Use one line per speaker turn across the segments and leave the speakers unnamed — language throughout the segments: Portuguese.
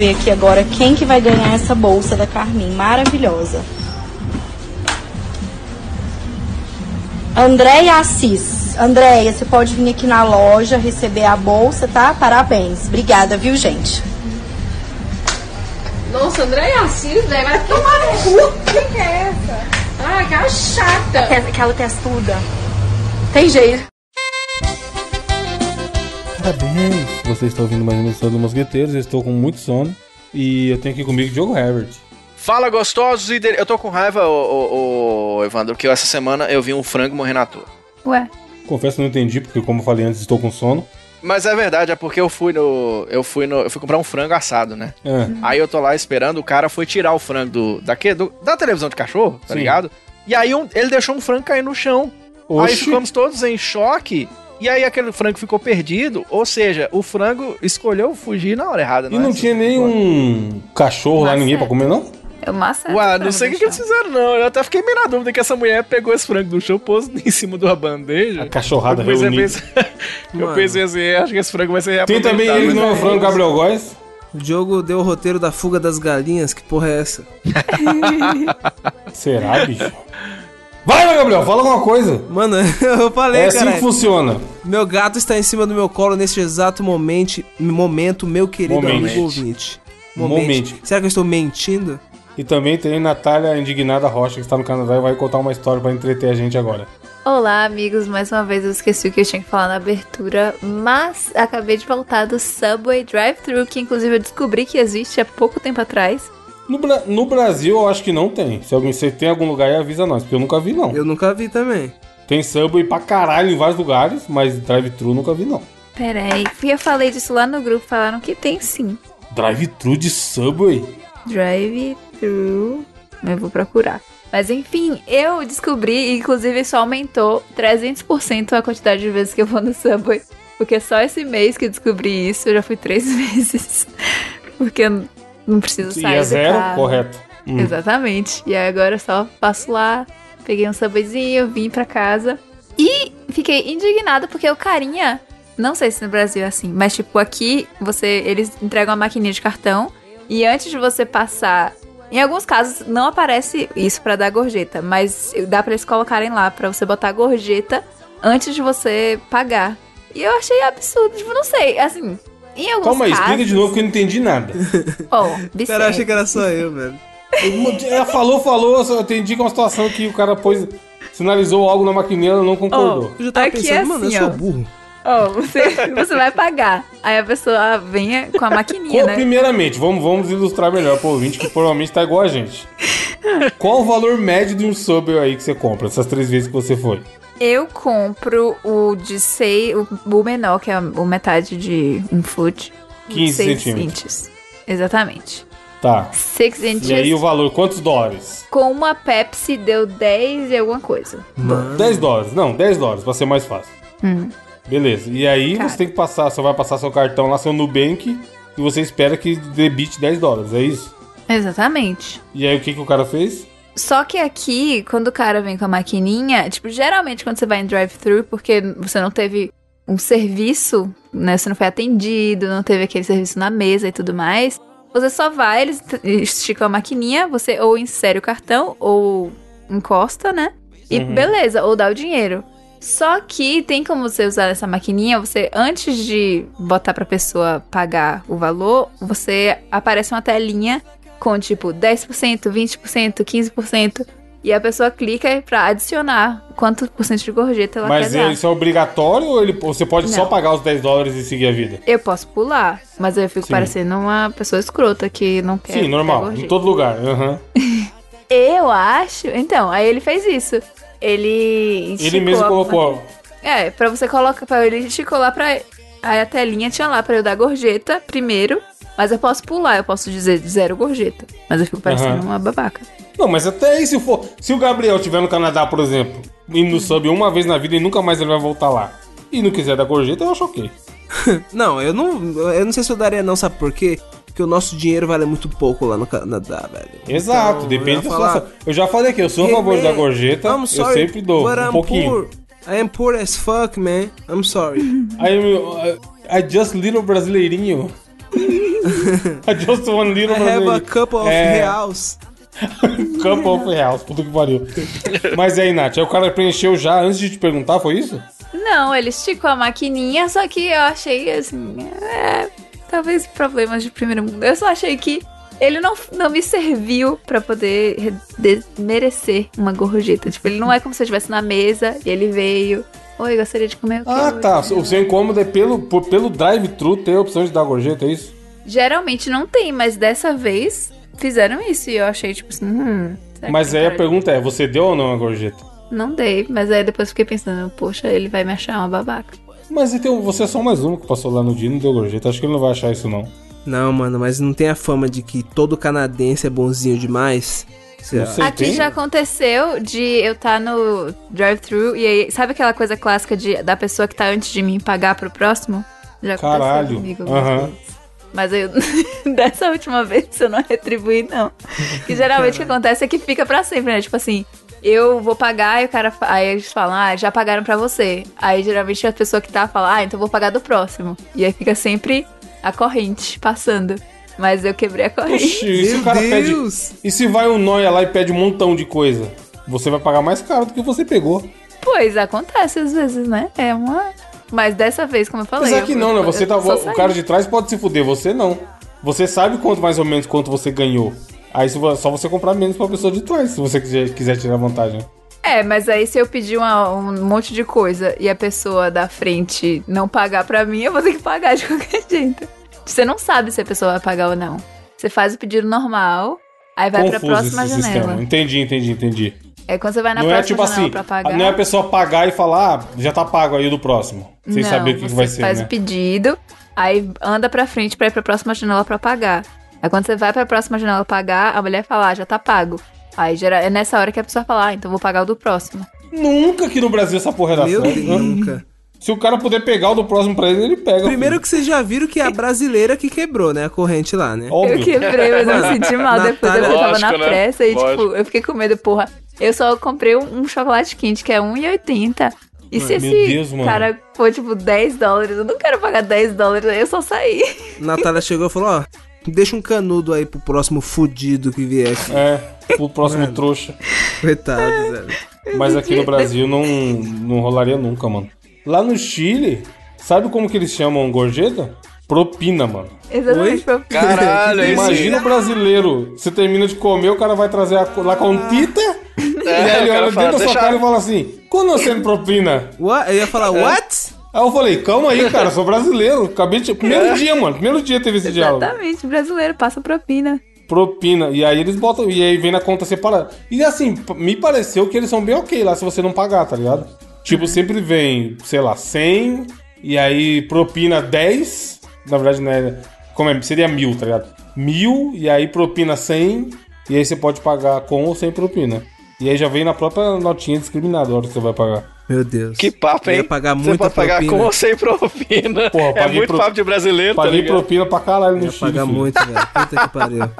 ver aqui agora quem que vai ganhar essa bolsa da Carmin, maravilhosa. Andréia Assis. Andréia, você pode vir aqui na loja receber a bolsa, tá? Parabéns. Obrigada, viu, gente?
Nossa, Andréia Assis, velho, vai tomar no cu. Quem que é essa? Ah, que é chata.
Aquela testuda. Tem jeito.
Tá Parabéns! Você está ouvindo mais uma edição do Mosqueteiros, eu estou com muito sono e eu tenho aqui comigo Diogo Herbert.
Fala, gostosos e dele... Eu tô com raiva, ô, ô, ô, Evandro, que essa semana eu vi um frango morrendo à toa.
Ué,
Confesso que não entendi, porque como eu falei antes, estou com sono.
Mas é verdade, é porque eu fui no. Eu fui no. Eu fui comprar um frango assado, né?
É.
Hum.
Aí eu tô lá esperando, o cara foi tirar o frango do. Da, quê? Do- da televisão de cachorro, tá
Sim.
ligado? E aí um- ele deixou um frango cair no chão. Aí
Oxi,
ficamos todos em choque. E aí aquele frango ficou perdido, ou seja, o frango escolheu fugir na hora errada.
e não
é?
tinha nenhum cachorro lá,
Mas
ninguém
é.
pra comer, não?
é o massa.
Uai, não sei o que, que eles fizeram, não. Eu até fiquei meio na dúvida que essa mulher pegou esse frango do chão, pôs em cima de uma
é.
bandeja.
A cachorrada
eu pensei,
reunida.
pensei- eu pensei assim, acho que esse frango vai ser
Tem também
aproveitado, né?
ele que
mas
não
né?
é o
aí-
frango, Gabriel Góes.
O Diogo deu o roteiro da fuga das galinhas, que porra é essa?
Será, bicho? Vai, vai, Gabriel, fala alguma coisa.
Mano, eu falei,
É assim
cara.
que funciona.
Meu gato está em cima do meu colo neste exato momento, momento meu querido
Momento.
amigo ouvinte.
Momento.
Será que eu estou mentindo?
E também tem Natália Indignada Rocha, que está no Canadá e vai contar uma história pra entreter a gente agora.
Olá, amigos. Mais uma vez eu esqueci o que eu tinha que falar na abertura, mas acabei de voltar do Subway Drive-Thru, que inclusive eu descobri que existe há pouco tempo atrás.
No, Bra- no Brasil, eu acho que não tem. Se alguém se tem algum lugar, aí avisa nós, porque eu nunca vi, não.
Eu nunca vi também.
Tem Subway pra caralho em vários lugares, mas drive-thru nunca vi, não.
Peraí, porque eu falei disso lá no grupo, falaram que tem sim.
Drive-thru de Subway?
Drive-Thru. Mas eu vou procurar. Mas enfim, eu descobri, e inclusive isso aumentou 300% a quantidade de vezes que eu vou no Subway. Porque é só esse mês que eu descobri isso, eu já fui três vezes. Porque eu não preciso
E
sair
é
do
zero?
carro.
Correto. Hum.
Exatamente. E aí agora eu só passo lá, peguei um subwayzinho, vim pra casa. E fiquei indignada porque o carinha, não sei se no Brasil é assim, mas tipo aqui você eles entregam a maquininha de cartão e antes de você passar, em alguns casos não aparece isso pra dar gorjeta, mas dá pra eles colocarem lá pra você botar a gorjeta antes de você pagar. E eu achei absurdo, tipo, não sei, assim, em alguns
Calma aí,
casos.
explica de novo que eu não entendi nada.
Oh,
Cara, eu achei que era só eu, velho.
Ela falou, falou, eu só entendi que é uma situação que o cara pôs, sinalizou algo na maquininha e ela não concordou.
Eu já tava
Aqui é
Tá pensando, mano,
assim,
eu sou
ó.
burro.
Ó, você, você vai pagar. Aí a pessoa vem com a maquininha,
Qual-
né?
Primeiramente, vamos, vamos ilustrar melhor pro ouvinte que provavelmente tá igual a gente. Qual o valor médio de um Subway aí que você compra, essas três vezes que você foi?
Eu compro o de 6, o, o menor, que é o metade de um foot.
15
seis
centímetros.
inches. Exatamente.
Tá.
6 inches.
E aí o valor, quantos dólares?
Com uma Pepsi deu 10 e alguma coisa.
Mano.
10 dólares. Não, 10 dólares, pra ser mais fácil. Beleza. E aí
Hum. Cara.
você tem que passar, você vai passar seu cartão lá, seu Nubank, e você espera que debite 10 dólares, é isso?
Exatamente.
E aí o que, que o cara fez?
Só que aqui, quando o cara vem com a maquininha, tipo, geralmente quando você vai em drive-thru, porque você não teve um serviço, né? Você não foi atendido, não teve aquele serviço na mesa e tudo mais. Você só vai, eles t- esticam a maquininha, você ou insere o cartão, ou encosta, né? E
Uhum.
beleza, ou dá o dinheiro. Só que tem como você usar essa maquininha, você antes de botar pra pessoa pagar o valor, você aparece uma telinha com tipo 10%, 20%, 15%. E a pessoa clica pra adicionar quanto por cento de gorjeta ela
Mas
quer dar.
isso é obrigatório ou ele, ou você pode só
Não.
pagar os 10 dólares e seguir a vida?
Eu posso pular, mas eu fico
Sim.
parecendo uma pessoa escrota que não quer.
Sim,
dar
normal,
gorjeta.
em todo lugar. aham.
Eu acho. Então, aí ele fez isso. Ele.
Ele
esticou
mesmo
a-
colocou.
É, pra você colocar. Pra ele esticou lá pra. Aí a telinha tinha lá pra eu dar gorjeta primeiro. Mas eu posso pular, eu posso dizer zero gorjeta. Mas eu fico parecendo
Aham.
uma babaca.
Não, mas até aí se for. Se o Gabriel estiver no Canadá, por exemplo, indo no sub uma vez na vida e nunca mais ele vai voltar lá. E não quiser dar gorjeta, eu acho ok.
Não, eu não. Eu não sei se eu daria, não, sabe por quê? Porque o nosso dinheiro vale muito pouco lá no Canadá, velho.
Exato,
Então, eu
depende da
ia falar,
situação. Eu já falei aqui, eu sou a
"Hey,
favor da
man,
gorjeta,
I'm
eu
sorry,
sempre dou
but
um
I'm
pouquinho.
Poor. I am poor as fuck, man. I'm sorry.
I, am, uh, I just little brasileirinho. I just one little
I have a
brasileiro.
couple of
É.
reals.
Campo of Reals, puta que pariu. Mas aí, Nath, aí o cara preencheu já antes de te perguntar, foi isso?
Não, ele esticou a maquininha, só que eu achei assim. É, talvez problemas de primeiro mundo. Eu só achei que ele não, não me serviu pra poder re- de- merecer uma gorjeta. Tipo, ele não é como se eu estivesse na mesa e ele veio. Oi, gostaria de comer o quê?
Ah,
hoje?"
tá. O seu incômodo é pelo, por- pelo drive-thru ter a opção de dar gorjeta, é isso?
Geralmente não tem, mas dessa vez fizeram isso e eu achei, tipo assim, hum. será que
Mas
tem
aí a
cara de-
pergunta é, você deu ou não a gorjeta?
Não dei, mas aí depois fiquei pensando, poxa, ele vai me achar uma babaca.
Mas então você é só mais uma que passou lá no dia e não deu gorjeta. Acho que ele não vai achar isso, não.
Não, mano, mas não tem a fama de que todo canadense é bonzinho demais? Sei
Não
lá.
sei,
Aqui
tem?
já aconteceu de eu estar no drive-thru e aí, sabe aquela coisa clássica de, da pessoa que tá antes de mim pagar pro próximo? Já
Caralho.
aconteceu comigo. algumas
Aham.
vezes. Mas eu, dessa última vez eu não retribuí, não. Que geralmente o que acontece é que fica pra sempre, né? Tipo assim, eu vou pagar e o cara. fa- Aí eles falam, ah, já pagaram pra você. Aí geralmente a pessoa que tá fala, ah, então vou pagar do próximo. E aí fica sempre a corrente passando. Mas eu quebrei a corrente.
Oxi, e se o
Meu
cara
Deus!
pede. E se vai um noia lá e pede um montão de coisa? Você vai pagar mais caro do que você pegou.
Pois acontece às vezes, né? É uma. Mas dessa vez, como eu falei.
Apesar
eu-
que não, né?
eu-
Você
eu
tá,
só
o
saí.
cara de trás pode se fuder, você não. Você sabe quanto mais ou menos quanto você ganhou. Aí se vo- só você comprar menos pra pessoa de trás, se você quiser, quiser tirar vantagem.
É, mas aí se eu pedir uma- um monte de coisa e a pessoa da frente não pagar pra mim, eu vou ter que pagar de qualquer jeito. Você não sabe se a pessoa vai pagar ou não. Você faz o pedido normal, aí vai pra próxima janela.
Entendi, entendi, entendi.
É quando você vai na
não é
próxima
tipo
janela
assim,
pra pagar.
não é a pessoa pagar e falar, ah, já tá pago aí o do próximo. Sem
Não,
saber o que, que
você
vai ser,
faz
né?
o pedido, aí anda pra frente pra ir pra próxima janela pra pagar. Aí quando você vai pra próxima janela pagar, a mulher fala, ah, já tá pago. Aí gera- é nessa hora que a pessoa fala, ah, então vou pagar o do próximo.
Nunca que no Brasil essa porra era
Meu
certa.
Deus, nunca.
Se o cara puder pegar o do próximo pra ele, ele pega.
Primeiro que vocês já viram que é a brasileira que quebrou, né? A corrente lá, né?
filho. Óbvio.
Eu quebrei, mas eu me senti mal depois. Eu
Natália-
tava na
Lógico, né?
pressa e, tipo,
Lógico.
eu fiquei com medo, porra. Eu só comprei um, um chocolate quente, que é 1,80. E se
Mano,
esse
meu Deus, mano.
cara for, tipo, 10 dólares, eu não quero pagar 10 dólares, aí eu só saí.
Natália chegou e falou, ó, deixa um canudo aí pro próximo fudido que vier aqui.
É, pro próximo trouxa.
Coitado, velho.
Mas aqui no Brasil não, não rolaria nunca, mano. Lá no Chile, sabe como que eles chamam gorjeta? Propina, mano.
Exatamente pra
Caralho, é isso aí.
Imagina o brasileiro. Você termina de comer, o cara vai trazer a, co- la contita. e
Ah. É,
aí ele
o cara
olha dentro
fala,
da sua
"Deixa-
cara e fala assim: Conhecendo propina.
What? Eu ia falar, what?
Aí eu falei: Calma aí, cara, sou brasileiro. Acabei de.
É.
Primeiro dia, mano. Primeiro dia teve esse diálogo.
Exatamente, brasileiro, passa propina.
Propina. E aí eles botam. E aí vem na conta separada. E assim, p- me pareceu que eles são bem ok lá se você não pagar, tá ligado? Tipo, sempre vem, sei lá, 100. E aí propina 10. Na verdade, né? Como é? Seria mil, tá ligado? Mil. E aí propina 100. E aí você pode pagar com ou sem propina. E aí já vem na própria notinha discriminada a hora que você vai pagar.
Meu Deus.
Que papo,
Eu
hein?
ia pagar
Você
muita
pode pagar
propina.
com ou sem propina.
Porra,
é
paguei
muito
pro-
papo de brasileiro, tá
Paguei
ligado?
propina pra caralho no
Ia
Chile.
pagar
filho.
muito, velho. Puta que pariu.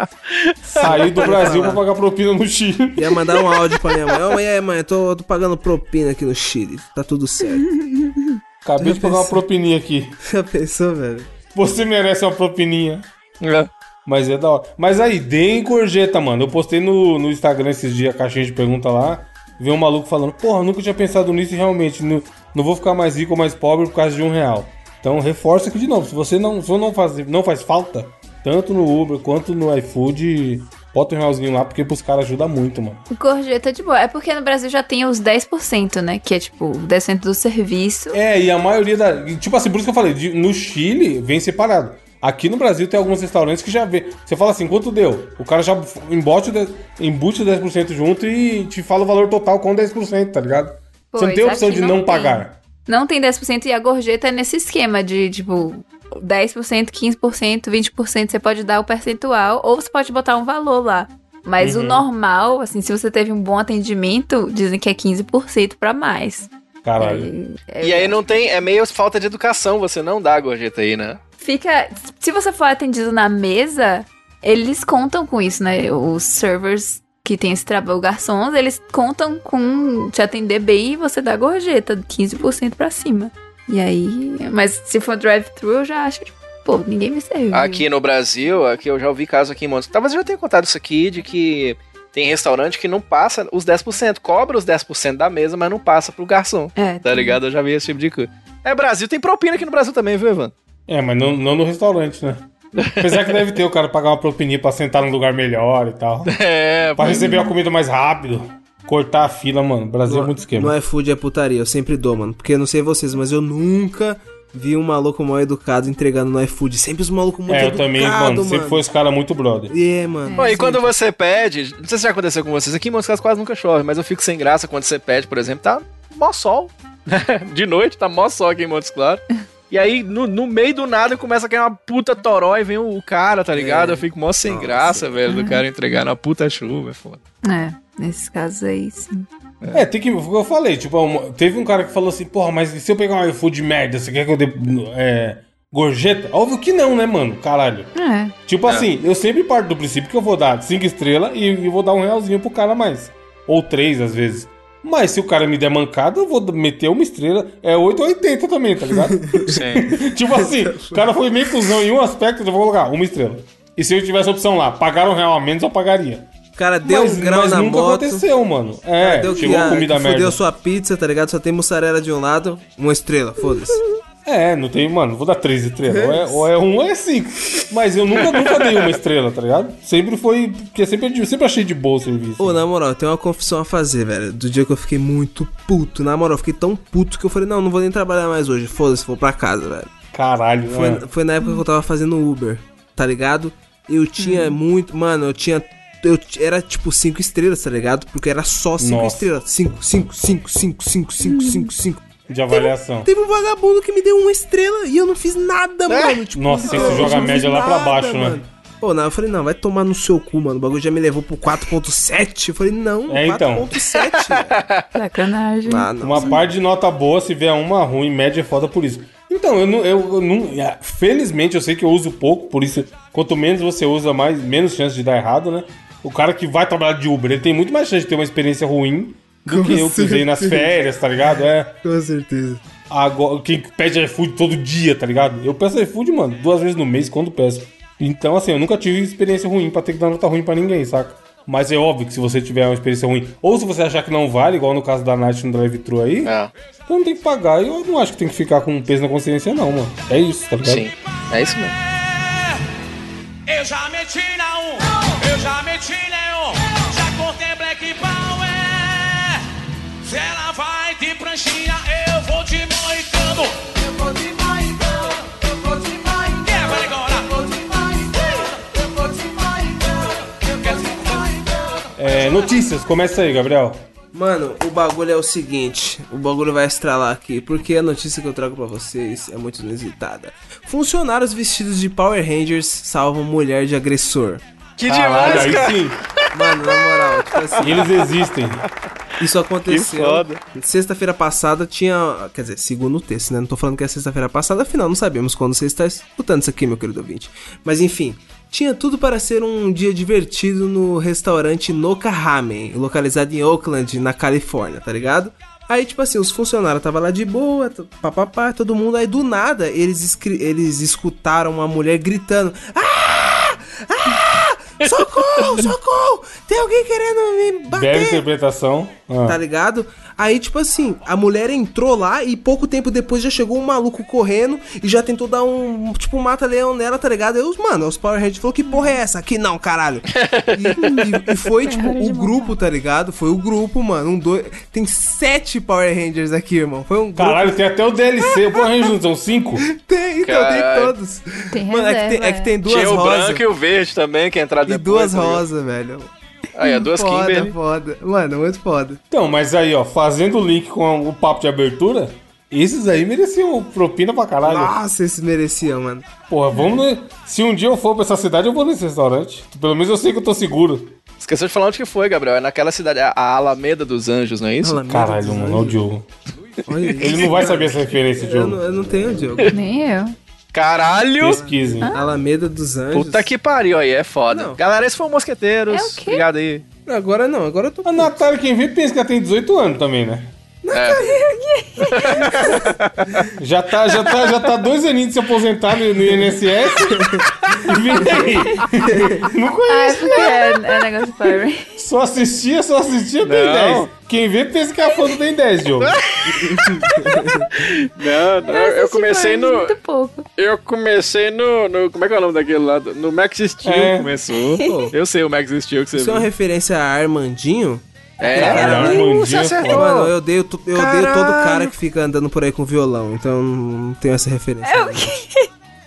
Saí do Brasil pra pagar propina no Chile.
Ia mandar um áudio pra minha mãe. Ô, mãe, aí, mãe, tô, tô pagando propina aqui no Chile. Tá tudo certo.
Acabei de pagar uma propininha aqui.
Já pensou, velho?
Você merece uma propininha.
É.
Mas é da hora. Mas aí, deem gorjeta, mano. Eu postei no, no Instagram esses dias a caixinha de pergunta lá. Veio um maluco falando, porra, nunca tinha pensado nisso e realmente. Não, não vou ficar mais rico ou mais pobre por causa de um real. Então reforça aqui de novo. Se você não, se não, faz, não faz falta, tanto no Uber quanto no iFood, bota um realzinho lá, porque pros caras ajuda muito, mano.
Gorjeta de boa. É porque no Brasil já tem os 10%, né? Que é tipo 10% do serviço.
É, e a maioria da. e, Tipo assim, por isso que eu falei, de- no Chile vem separado. Aqui no Brasil tem alguns restaurantes que já vê. Você fala assim, quanto deu? O cara já embote o de- embute o 10% junto e te fala o valor total com 10%, tá ligado? você não
Pois, é,
tem a opção
aqui
de não,
tem.
pagar.
Não tem 10% e a gorjeta é nesse esquema de tipo 10%, 15%, 20%. Você pode dar o percentual ou você pode botar um valor lá. Mas o normal, assim, se você teve um bom atendimento, dizem que é 15% pra mais.
Caralho.
E aí não tem. É meio falta de educação você não dá a gorjeta aí, né?
Fica. Se você for atendido na mesa, eles contam com isso, né? Os servers que tem esse trabalho, garçons, eles contam com te atender bem e você dá gorjeta, 15% pra cima. E aí. Mas se for drive-thru, eu já acho. tipo, Pô, ninguém me serviu.
Aqui no Brasil, aqui eu já ouvi caso aqui em Montes. Talvez eu já tenha contado isso aqui de que tem restaurante que não passa os 10%, cobra os 10% da mesa, mas não passa pro garçom.
É,
Tá ligado? Eu já vi esse tipo de coisa. É Brasil, tem propina aqui no Brasil também, viu, Ivan?
É, mas não, não no restaurante, né? Apesar que deve ter o cara pagar uma propininha pra sentar num lugar melhor e tal.
É,
Pra receber a comida mais rápido. Cortar a fila, mano. Brasil é muito esquema.
No iFood é putaria, eu sempre dou, mano. Porque eu não sei vocês, mas eu nunca vi um maluco mal educado entregando no iFood. Sempre os malucos muito
É, eu
educados,
também, mano.
mano.
Sempre foi esse cara muito brother.
É, mano.
Bom, e quando você pede, não sei se já aconteceu com vocês, aqui em Montes Claros quase nunca chove, mas eu fico sem graça quando você pede, por exemplo, tá mó sol. De noite, tá mó sol aqui em Montes Claros. E aí, no, no meio do nada, começa a cair uma puta toró e vem o, o cara, tá ligado?
É.
Eu fico mó sem
Nossa.
graça, velho, do cara entregar na puta chuva, é foda.
É, nesses casos aí, sim.
É, tem que. Eu falei, tipo, um- teve um cara que falou assim, porra, mas e se eu pegar um iFood merda, você quer que eu dê é, gorjeta? Óbvio que não, né, mano? Caralho.
É.
Tipo assim, eu sempre parto do princípio que eu vou dar cinco estrelas e, e vou dar um realzinho pro cara a mais. Ou três, às vezes. Mas se o cara me der mancada, eu vou meter uma estrela. É 8,80 também, tá ligado?
Sim.
Tipo assim, o cara foi meio cuzão em um aspecto, eu vou colocar uma estrela. E se eu tivesse a opção lá, pagar um real a menos, eu pagaria.
O cara deu
mas
um grau
mas
na
nunca
moto.
aconteceu, mano. É,
Deu que,
chegou
a-
comida
que fudeu
merda.
sua pizza, tá ligado? Só tem mussarela de um lado, uma estrela, foda-se.
É, não tem, mano, vou dar três estrelas. Ou é, ou é um ou é cinco. Mas eu nunca, nunca dei uma estrela, tá ligado? Sempre foi. Porque sempre, eu sempre achei de boa o serviço.
Ô, na moral, eu tenho uma confissão a fazer, velho. Do dia que eu fiquei muito puto. Na moral, eu fiquei tão puto que eu falei, não, não vou nem trabalhar mais hoje. Foda-se, vou pra casa, velho.
Caralho,
Foi,
mano.
foi na época que eu tava fazendo Uber, tá ligado? Eu
Uhum.
tinha muito. Mano, eu tinha. Eu t- era tipo 5 estrelas, tá ligado? Porque era só 5
Nossa.
estrelas. 5, 5, 5, 5, 5, 5, 5, 5.
De avaliação.
Teve um vagabundo que me deu uma estrela e eu não fiz nada, mano. Tipo,
É? Nossa, você
eu
joga
não
a média
fiz
lá pra
nada,
baixo, né?
Pô, não, eu falei, não, vai tomar no seu cu, mano. O bagulho já me levou pro 4.7. Eu falei, não,
É, então.
4.7. velho.
Sacanagem.
ah, não.
Uma parte de nota boa, se vier uma ruim, média é foda por isso. Então, eu não, eu, eu não. é, Felizmente eu sei que eu uso pouco, por isso, quanto menos você usa, mais, menos chance de dar errado, né? O cara que vai trabalhar de Uber, ele tem muito mais chance de ter uma experiência ruim do
Com
que eu que usei nas
certeza.
férias, tá ligado? É.
Com certeza.
Agora, quem pede iFood todo dia, tá ligado? Eu peço iFood, mano, duas vezes no mês quando peço. Então, assim, eu nunca tive experiência ruim pra ter que dar nota ruim pra ninguém, saca? Mas é óbvio que se você tiver uma experiência ruim, ou se você achar que não vale, igual no caso da Night no drive-thru aí,
É,
então não tem que pagar. Eu não acho que tem que ficar com peso na consciência, não, mano. É isso, tá ligado?
sim. É isso mesmo.
Eu já meti na um, eu já meti neon, já cortei black power. Se ela vai de pranchinha, eu vou de moicano.
Eu vou te maigão, eu vou te maigão,
Quebra
eu
agora.
vou te maigão, eu vou te maigão, eu vou te maigão.
É, notícias, começa aí, Gabriel.
Mano, o bagulho é o seguinte, o bagulho vai estralar aqui, porque a notícia que eu trago pra vocês é muito inusitada. Funcionários vestidos de Power Rangers salvam mulher de agressor.
Que
Caralho,
demais, cara.
aí sim.
Mano, na moral, tipo assim,
E eles existem.
isso aconteceu.
Que foda.
Sexta-feira passada tinha, quer dizer, segundo o texto, né? Não tô falando que é sexta-feira passada, afinal não sabemos quando você está escutando isso aqui, meu querido ouvinte. Mas enfim, tinha tudo para ser um dia divertido no restaurante Noka Ramen, localizado em Oakland, na Califórnia, tá ligado? Aí, tipo assim, os funcionários tava lá de boa, t- papapá, todo mundo. Aí, do nada, eles, escri- eles escutaram uma mulher gritando: Ah! Ah! Socorro! Socorro! Tem alguém querendo me bater!
Bela interpretação. Ah.
tá ligado? Aí, tipo assim, a mulher entrou lá e pouco tempo depois já chegou um maluco correndo e já tentou dar um, tipo, um mata-leão nela, tá ligado? Eu, mano, os Power Rangers falou, que porra é essa? Aqui não, caralho. E, e- e foi, tipo, o grupo, tá ligado? Foi o grupo, mano. Um, dois... Tem sete Power Rangers aqui, irmão. Foi um grupo.
Caralho, tem até o DLC. Pô, Ranger, são cinco?
Tem, então, tem
Caralho.
todos.
Tem
mano, é que tem,
reserva,
é que tem duas
Tinha o
rosas.
branco e o verde também, que entraram
E
depois.
duas
tá ligado?
rosas, velho.
Aí, é duas
Foda,
Kimberly.
foda. Mano, muito foda.
Então, mas aí, ó, fazendo o link com o papo de abertura, esses aí mereciam propina pra caralho.
Nossa, esse merecia, mano.
Porra, vamos. ne- Se um dia eu for pra essa cidade, eu vou nesse restaurante. Pelo menos eu sei que eu tô seguro.
Esqueceu de falar onde que foi, Gabriel. É naquela cidade, a a Alameda dos Anjos, não é isso?
Fala, meu
Caralho,
Deus,
mano, olha o Diogo.
olha isso.
Ele não vai saber essa referência,
Eu não,
Diogo.
eu não tenho, Diogo.
Nem eu.
Caralho!
Pesquisem.
Ah. Alameda dos Anjos.
Puta que pariu aí, é foda.
Não.
Galera, esse foi o Mosqueteiros.
É o quê?
Obrigado aí.
Agora Ah, não, agora eu tô.
A Natália, quem vê, pensa que ela tem 18 anos também, né? Já tá, já tá, já tá dois aninhos de se aposentar no, no INSS. E vem aí. Não
Ah, é
conheço.
porque é, é negócio de Power
Só assistia, só assistia Ben
Não.
10. Quem vê pensa que é fã do Ben 10, Diogo.
Não, não, eu comecei no.
Muito pouco.
Eu comecei no, no- Como é que é o nome daquele lá? No Max Steel
É.
começou.
Pô.
Eu sei o Max Steel que você
Isso é uma
viu.
referência a Armandinho?
É,
Caralho,
uh,
Armandinho,
você
pô.
acertou.
Mano, eu odeio, tu- eu odeio todo
Caralho.
cara que fica andando por aí com violão, então eu não tenho essa referência. É o quê?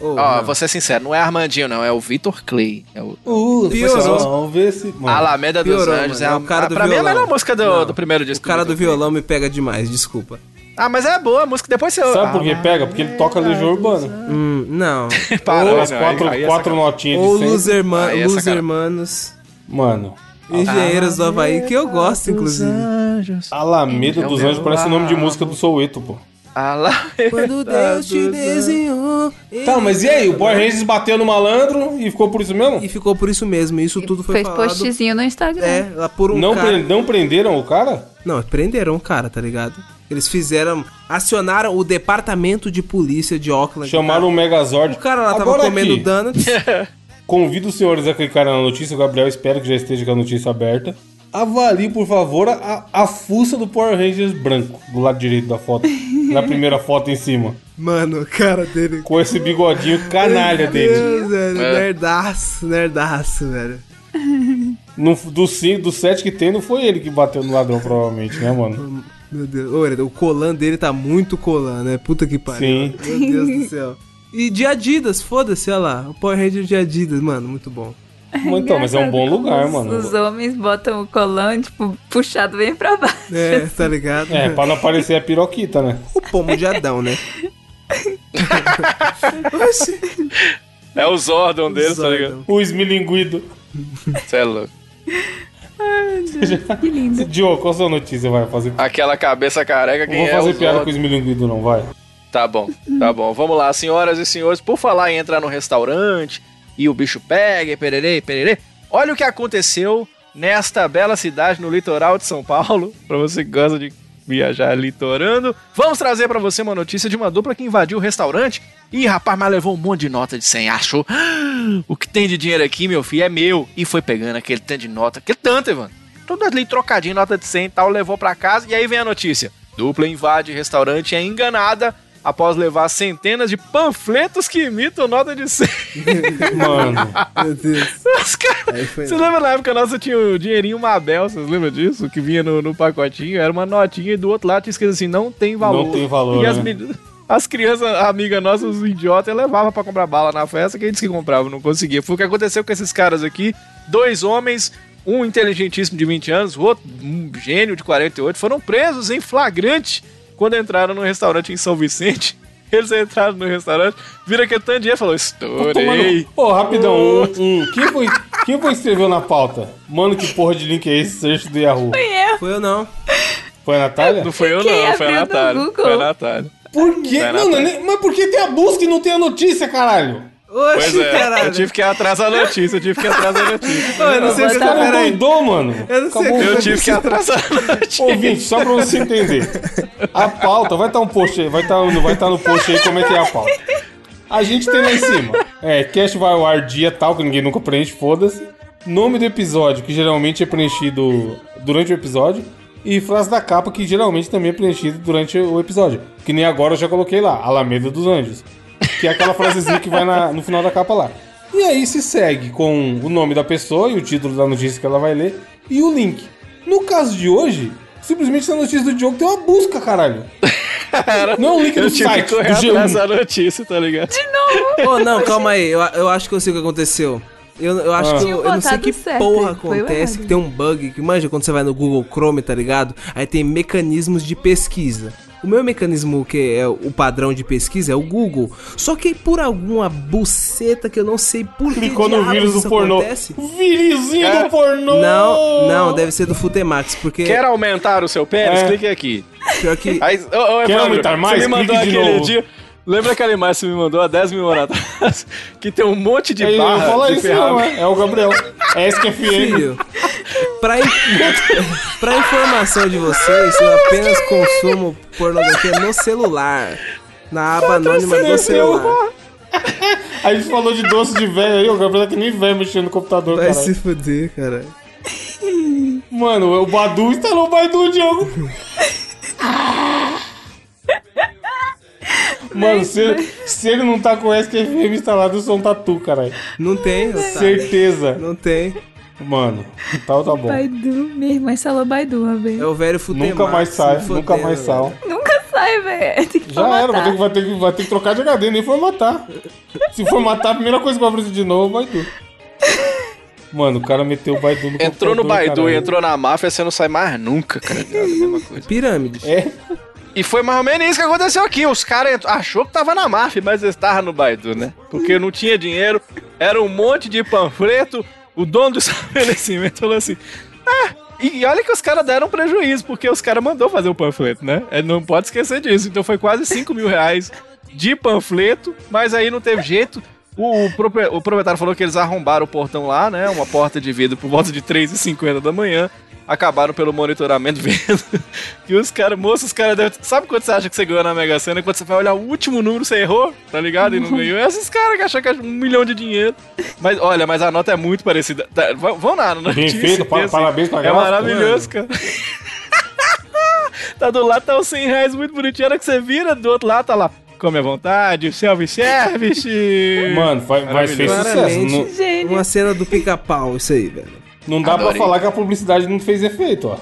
Ó, vou ser sincero, não é Armandinho, não, é o Vitor Clay. É o
Uh,
Piorou.
Vamos ver se. mano.
Alameda dos
piorou,
Anjos.
mano,
é
é o
a-
cara
a-
do
pra mim é a
violão.
melhor música do,
Não,
do primeiro disco.
O cara do
Vitor Clay.
violão me pega demais, desculpa.
Ah, mas é boa a música, depois você.
Sabe por que
Ah,
pega? Porque ele toca Legião Urbana.
Hum, não.
Para,
Ou
não,
as
aí-
quatro,
aí é
quatro
sacanagem.
notinhas
Ou
de
Los,
sempre.
Herma
Aí Ah. é
Los
sacanagem.
Hermanos,
Mano,
Engenheiros do Havaí, que eu gosto, inclusive.
Anjos.
Alameda
É um
Então
dos
eu
Anjos parece o nome de
amo.
música do Soueto, pô.
Alameda
Quando Deus te
dos Anjos.
desenhou. ele-
Tá, mas e aí? O Boy Rangers bateu no malandro e ficou por isso mesmo?
E ficou por isso mesmo, isso tudo foi
Fez
falado.
postzinho no Instagram.
É, lá por um
Não,
cara.
pre- não prenderam o cara?
Não, prenderam o cara, tá ligado? Eles fizeram. Acionaram o departamento de polícia de Auckland.
Chamaram o Megazord.
O cara lá tava
Agora
comendo
aqui,
donuts.
Convido os senhores a clicar na notícia. O Gabriel espero que já esteja com a notícia aberta. Avalie, por favor, a, a fuça do Power Rangers branco, do lado direito da foto. na primeira foto em cima.
Mano, o cara dele.
Com esse bigodinho canalha dele.
Meu Deus, velho.
É.
Nerdaço, nerdaço, velho.
No, do, cinco, do sete que tem, não foi ele que bateu no ladrão, provavelmente, né, mano?
Meu Deus. Ô, Orelha, o colan dele tá muito colan, né? Puta que pariu.
Sim.
Meu Deus do céu. E de Adidas, foda-se, olha lá. O Power Ranger de Adidas, mano, muito bom.
Mas Então, mas é um bom
Engraçado
lugar,
como os-
mano.
Os homens botam o colão, tipo, puxado bem pra baixo.
É, tá ligado?
É, pra não aparecer a piroquita, né?
O pomo de Adão, né?
É o Zordon deles, tá
Zordon.
ligado?
O esmilinguido.
Você é louco.
Diogo, qual sua notícia vai fazer?
Aquela cabeça careca,
Não
quem
vou
é o
fazer piada com
Zordon?
o esmilinguido, não, vai.
Tá bom, tá bom. Vamos lá, senhoras e senhores, por falar em entrar no restaurante e o bicho pega, e pererê, e pererê. Olha o que aconteceu nesta bela cidade no litoral de São Paulo. Pra você que gosta de viajar litorando, vamos trazer pra você uma notícia de uma dupla que invadiu o restaurante. Ih, rapaz, mas levou um monte de nota de 100, achou? O que tem de dinheiro aqui, meu filho, é meu. E foi pegando aquele tanto de nota, que tanto, Evandro. Tudo ali trocadinho, nota de 100 e tal, levou pra casa. E aí vem a notícia. Dupla invade restaurante e é enganada após levar centenas de panfletos que imitam nota de 100.
Mano,
Meu Deus.
Os caras-
Aí foi.
Você lembra na época nossa tinha o dinheirinho Mabel, vocês lembram disso? Que vinha no, no pacotinho, era uma notinha e do outro lado tinha escrito assim, não tem valor.
Não tem valor,
E as,
né?
meni- as crianças, a amiga nossa, os idiotas, levavam pra comprar bala na festa, que eles que compravam, não conseguia. Foi o que aconteceu com esses caras aqui, dois homens, um inteligentíssimo de 20 anos, o outro um gênio de 48, foram presos em flagrante quando entraram no restaurante em São Vicente. Eles entraram no restaurante, viram aquele tanto de dinheiro e falaram, estourei.
tomando... Ô, rapidão, um, um. Quem foi, quem foi que escreveu na pauta? Mano, que porra de link é esse? Search do Yahoo.
Foi eu não.
Foi a Natália?
Não foi eu
Quem
não, foi a
abriu no
Natália.
Google?
Foi a Natália.
Por quê?
Foi a
Não, não,
Natália.
nem- mas por que tem a busca e não tem a notícia, caralho?
Oxi,
Pois é,
caralho.
eu tive que atrasar a notícia, eu tive que atrasar a notícia.
Ô, eu não
Vou
sei se
Os
botar-
caras
pera aí.
doidou, mano.
Eu não sei
Acabou
como
Eu
o-
tive que atrasar a notícia.
Ouvinte, só pra você entender. A pauta, vai estar um post aí, vai estar vai tá no post aí como é que é a pauta. A gente tem lá em cima. É, cast vai ao ar dia tal, que ninguém nunca preenche, foda-se. Nome do episódio, que geralmente é preenchido durante o episódio. E frase da capa, que geralmente também é preenchido durante o episódio. Que nem agora eu já coloquei lá, Alameda dos Anjos. Que é aquela frasezinha que vai na- no final da capa lá. E aí se segue com o nome da pessoa e o título da notícia que ela vai ler e o link. No caso de hoje, simplesmente na notícia do Diogo tem uma busca, caralho. Não é o link
Eu
do
tive
site,
que
do
correr
G1.
atrás da notícia, tá ligado?
Ô, não, calma aí. Eu, eu acho que eu sei o que aconteceu. Eu, eu acho
Ah.
que
Tinha
eu, eu não sei
botado
que
certo,
porra
foi o
acontece,
errado.
que tem um bug, que manja quando você vai no Google Chrome, tá ligado? Aí tem mecanismos de pesquisa. O meu mecanismo que é o padrão de pesquisa é o Google. Só que por alguma buceta que eu não sei por que
Clicou no
diabos
vírus do
isso
pornô.
acontece.
Virizinho do pornô!
É. Não, não, deve ser do Futemax, porque
Quer aumentar o seu pênis?
É.
Clique aqui.
pior que
Aí, ô, ô,
Quer
Evandro,
aumentar mais?
Você me mandou
Clique de
aquele
novo.
dia... Lembra aquela imagem que você me mandou há 10 mil anos atrás? Que tem um monte de
Ele não
barra
fala
de
isso, não,
ferramenta.
é, é o Gabriel. É SQFM.
filho. Pra, in- pra informação de vocês, eu apenas consumo pornografia no celular. Na aba anônima do celular.
A gente falou de doce de velho aí, o Gabriel tá que nem velho mexendo no computador,
Vai
cara.
se fuder, cara.
Mano, o Badu instalou o Badu, Diogo. Mano, se, se ele não tá com o SQFM instalado, o som tá tu, caralho.
Não tem, otário.
Certeza.
Não tem.
Mano, tal tá bom.
Baidu, minha irmã instalou Baidu uma vez.
É o velho futebol.
Nunca mais sai, nunca mais sal.
Nunca sai, velho. Tem que
Já era, vai
formatar.
ter, que, vai, ter que, vai ter que trocar de HD, nem formatar. Se formatar, a primeira coisa que vai aparecer de novo, vai Baidu. Mano, o cara meteu o Baidu no
Entrou no
computador,
Baidu e
caralho.
entrou na máfia, você não sai mais nunca, cara. É a mesma coisa.
Pirâmide.
É,
E foi mais ou menos isso que aconteceu aqui. Os caras entr- achou que tava na máfia, mas eles estavam no Baidu, né? Porque não tinha dinheiro, era um monte de panfleto. O dono do estabelecimento falou assim: ah, e olha que os caras deram um prejuízo, porque os caras mandou fazer o panfleto, né? É, Não pode esquecer disso. Então foi quase 5 mil reais de panfleto, mas aí não teve jeito. O, o propri- o proprietário falou que eles arrombaram o portão lá, né? Uma porta de vidro por volta de 3h50 da manhã. Acabaram pelo monitoramento vendo que os caras, moço, os caras devem. Sabe quando você acha que você ganhou na Mega Sena? Quando você vai olhar o último número, você errou, tá ligado? E não ganhou. É Esses caras que acham que acham um milhão de dinheiro. Mas olha, mas a nota é muito parecida. Tá, v- vão na notícia.
Bem feito, pa-
pensa,
parabéns pra
É
gráfica,
maravilhoso, cara. tá do lado, tá os 100 reais muito bonitinho. A hora que você vira, do outro lado tá lá. Come à vontade, self-service.
mano, vai, vai fez É sucesso.
Claramente,
Não,
uma cena do pica-pau, isso aí, velho.
não dá
Adorei.
pra falar que a publicidade não fez efeito, ó.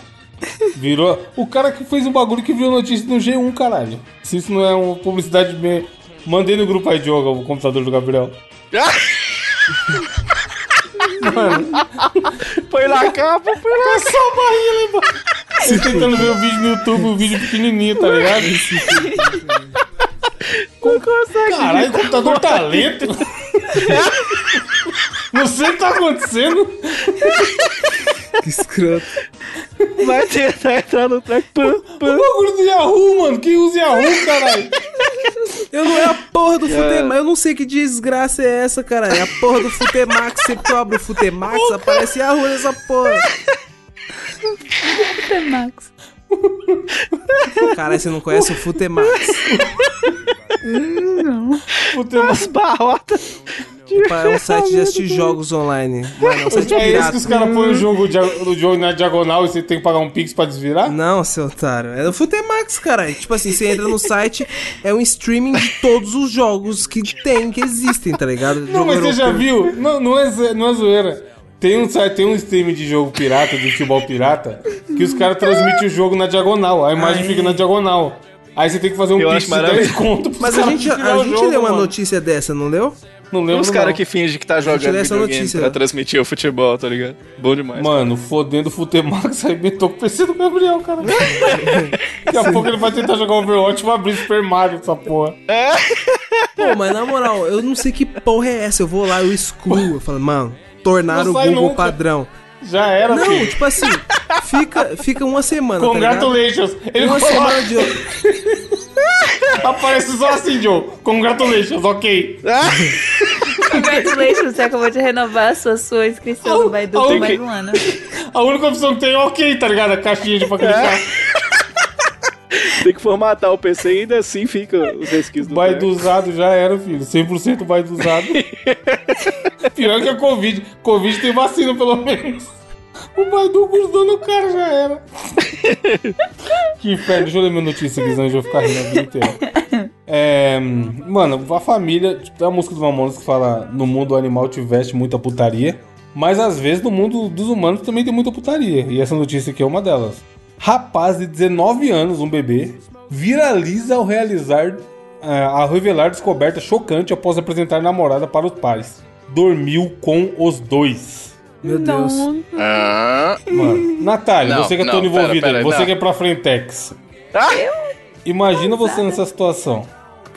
Virou. O cara que fez um bagulho que virou notícia no G1, caralho. Se isso não é uma publicidade bem. Mandei no grupo aí, Diogo, o computador do Gabriel.
Põe lá a capa, põe lá.
só a barriga, lembra? Vocês tentando ver o vídeo no YouTube, o vídeo pequenininho, tá ligado?
Não consegue.
Caralho, o computador tá lento. Não sei o que tá acontecendo.
Que escroto.
Vai tentar entrar no track. Pam,
O
pam.
bagulho do Yahoo, mano. Quem usa Yahoo, caralho?
Eu não é a porra do Futemax. Eu não sei que desgraça é essa, cara. É a porra do Futemax. Sempre que eu abro o Futemax, aparece a rua dessa porra.
Max.
Caralho, você não conhece o Futemax.
Puta,
As barrotas.
Opa, É um site de assistir jogos online. Mano, é um site
é esse que
pirata.
os caras põem o jogo, dia- o jogo na diagonal e você tem que pagar um pix pra desvirar?
Não, seu otário. É do Futemax, cara. É Tipo assim, você entra no site, é um streaming de todos os jogos que tem, que existem, tá ligado?
Não,
Jogo
mas você já
europeu.
viu? Não, não, é, zo- não é zoeira. Tem um, site- tem um stream de jogo pirata, de futebol pirata, que os caras transmitem o jogo na diagonal. A imagem fica na diagonal. Aí você tem que fazer um
Eu
pix
acho
de
maravilhoso.
10 conto pros
Mas a
caras
gente,
virar
a
o
gente
jogo,
leu uma
mano.
notícia dessa, não leu?
Não
Tem
lembro
uns
não.
caras que fingem que tá jogando
ler essa
videogame
notícia.
pra transmitir o futebol, tá ligado? Bom demais.
Mano, fodendo o Futemax arrebentou com o PC do Gabriel, cara. Daqui a pouco ele vai tentar jogar Overwatch e vai abrir Super Mario, essa porra.
Pô, mas na moral, eu não sei que porra é essa. Eu vou lá, eu excluo. Eu falo, mano, tornar
Não
o
sai
Google
nunca.
padrão.
Já era,
Não,
filho.
tipo assim, fica, fica uma semana. Tá ligado?
Congratulations. Ele
Uma
falou,
semana de.
aparece só assim, Joe. Congratulations, ok.
Congratulations, você acabou de renovar a sua, sua inscrição no Baidu
Au,
por
au,
mais
que-
um ano.
A única opção que tem é ok, tá ligado? A caixinha de pra clicar.
Tem que formatar o PC e ainda assim fica os resquícios do
Vai do usado já era, filho. 100% vai do usado. Pior que a Covid. Covid tem vacina, pelo menos. O Baidu grudou no cara, já era. que inferno. Deixa eu ler minha notícia aqui, senão eu vou ficar rindo a vida inteira. É, mano, a família... Tipo, tem a música do Mamonas que fala... No mundo animal te veste muita putaria. Mas, às vezes, no mundo dos humanos também tem muita putaria. E essa notícia aqui é uma delas. Rapaz de 19 anos, um bebê, viraliza ao realizar... ah, ao revelar descoberta chocante após apresentar namorada para os pais. Dormiu com os dois.
Meu Deus.
Ah,
Mano, Natália,
Não,
você que é
não,
toda
pera,
envolvida,
pera,
você
não.
que é pra Frentex. Imagina você nessa situação.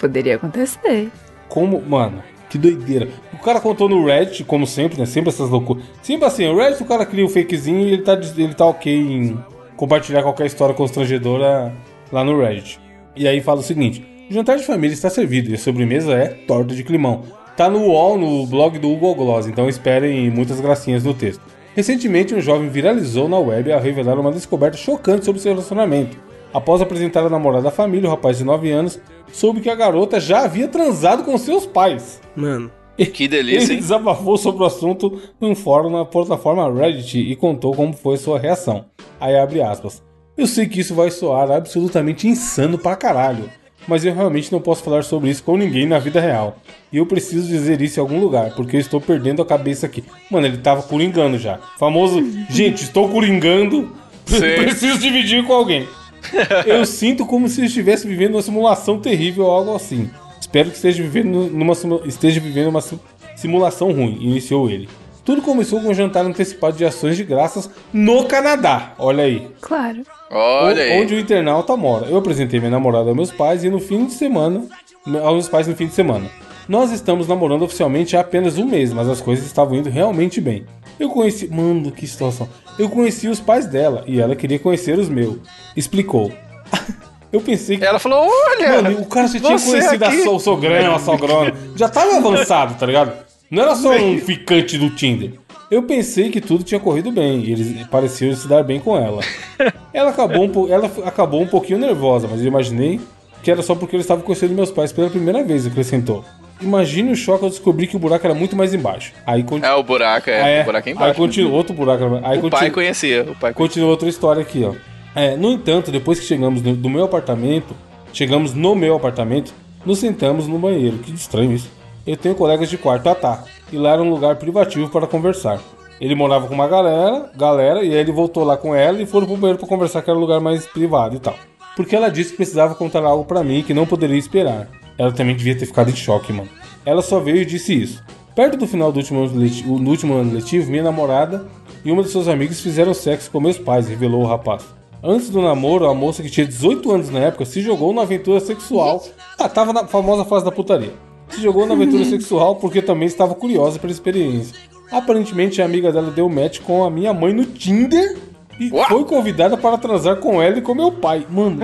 Poderia acontecer.
Como, mano, que doideira. O cara contou no Reddit, como sempre, né? Sempre essas loucuras. Sempre assim, o Reddit o cara cria um fakezinho e ele tá, ele tá ok em compartilhar qualquer história constrangedora lá no Reddit. E aí fala o seguinte: o jantar de família está servido e a sobremesa é torta de climão. Tá no UOL, no blog do Hugo Gloss, então esperem muitas gracinhas no texto. Recentemente, um jovem viralizou na web ao revelar uma descoberta chocante sobre seu relacionamento. Após apresentar a namorada à família, o rapaz de 9 anos soube que a garota já havia transado com seus pais.
Mano,
Que delícia,
Ele
hein?
desabafou sobre o assunto num fórum na plataforma Reddit e contou como foi sua reação. Aí abre aspas. Eu sei que isso vai soar absolutamente insano pra caralho, mas eu realmente não posso falar sobre isso com ninguém na vida real. E eu preciso dizer isso em algum lugar, porque eu estou perdendo a cabeça aqui. Mano, ele tava coringando já. Famoso, gente, estou coringando,
Sei.
preciso dividir com alguém. Eu sinto como se eu estivesse vivendo uma simulação terrível ou algo assim. Espero que esteja vivendo numa simu- esteja vivendo uma sim- simulação ruim, iniciou ele. Tudo começou com um jantar antecipado de ações de graças no Canadá. Olha aí.
Claro.
Olha
O-
aí.
Onde o internauta mora. Eu apresentei minha namorada aos meus pais e no fim de semana. aos meus pais no fim de semana. Nós estamos namorando oficialmente há apenas um mês, mas as coisas estavam indo realmente bem. Eu conheci. Mano, que situação. Eu conheci os pais dela e ela queria conhecer os meus. Explicou. Eu pensei que.
Ela falou, olha!
Mano, o cara já tinha
você
conhecido
aqui.
a so- o sogrão, a sogrona. Já tava avançado, tá ligado? Não era só um ficante do Tinder. Eu pensei que tudo tinha corrido bem e eles pareciam se dar bem com ela. Ela acabou um, po- ela f- acabou um pouquinho nervosa, mas eu imaginei que era só porque eu estava conhecendo meus pais pela primeira vez, acrescentou. Imagine o choque ao descobrir que o buraco era muito mais embaixo. Aí
É
continua.
o buraco, é. O buraco é
aí
embaixo.
continua outro buraco. era- Aí
o pai
continua.
conhecia, o pai conhecia.
Continua outra história aqui, ó. É, no entanto, depois que chegamos no, do meu apartamento, chegamos no meu apartamento, nos sentamos no banheiro. Que estranho isso. Eu tenho colegas de quarto, ah tá. E lá era um lugar privativo para conversar. Ele morava com uma galera, galera, e aí ele voltou lá com ela e foram pro banheiro para conversar, que era um lugar mais privado e tal. Porque ela disse que precisava contar algo pra mim que não poderia esperar. Ela também devia ter ficado em choque, mano. Ela só veio e disse isso. Perto do final do último ano letivo, no último ano letivo minha namorada e uma de seus amigos fizeram sexo com meus pais, revelou o rapaz. Antes do namoro, a moça que tinha 18 anos na época se jogou na aventura sexual. Ah, tava na famosa fase da putaria. Se jogou na aventura sexual porque também estava curiosa pela experiência. Aparentemente, a amiga dela deu match com a minha mãe no Tinder e
Uau!
foi convidada para transar com ela e com meu pai. Mano,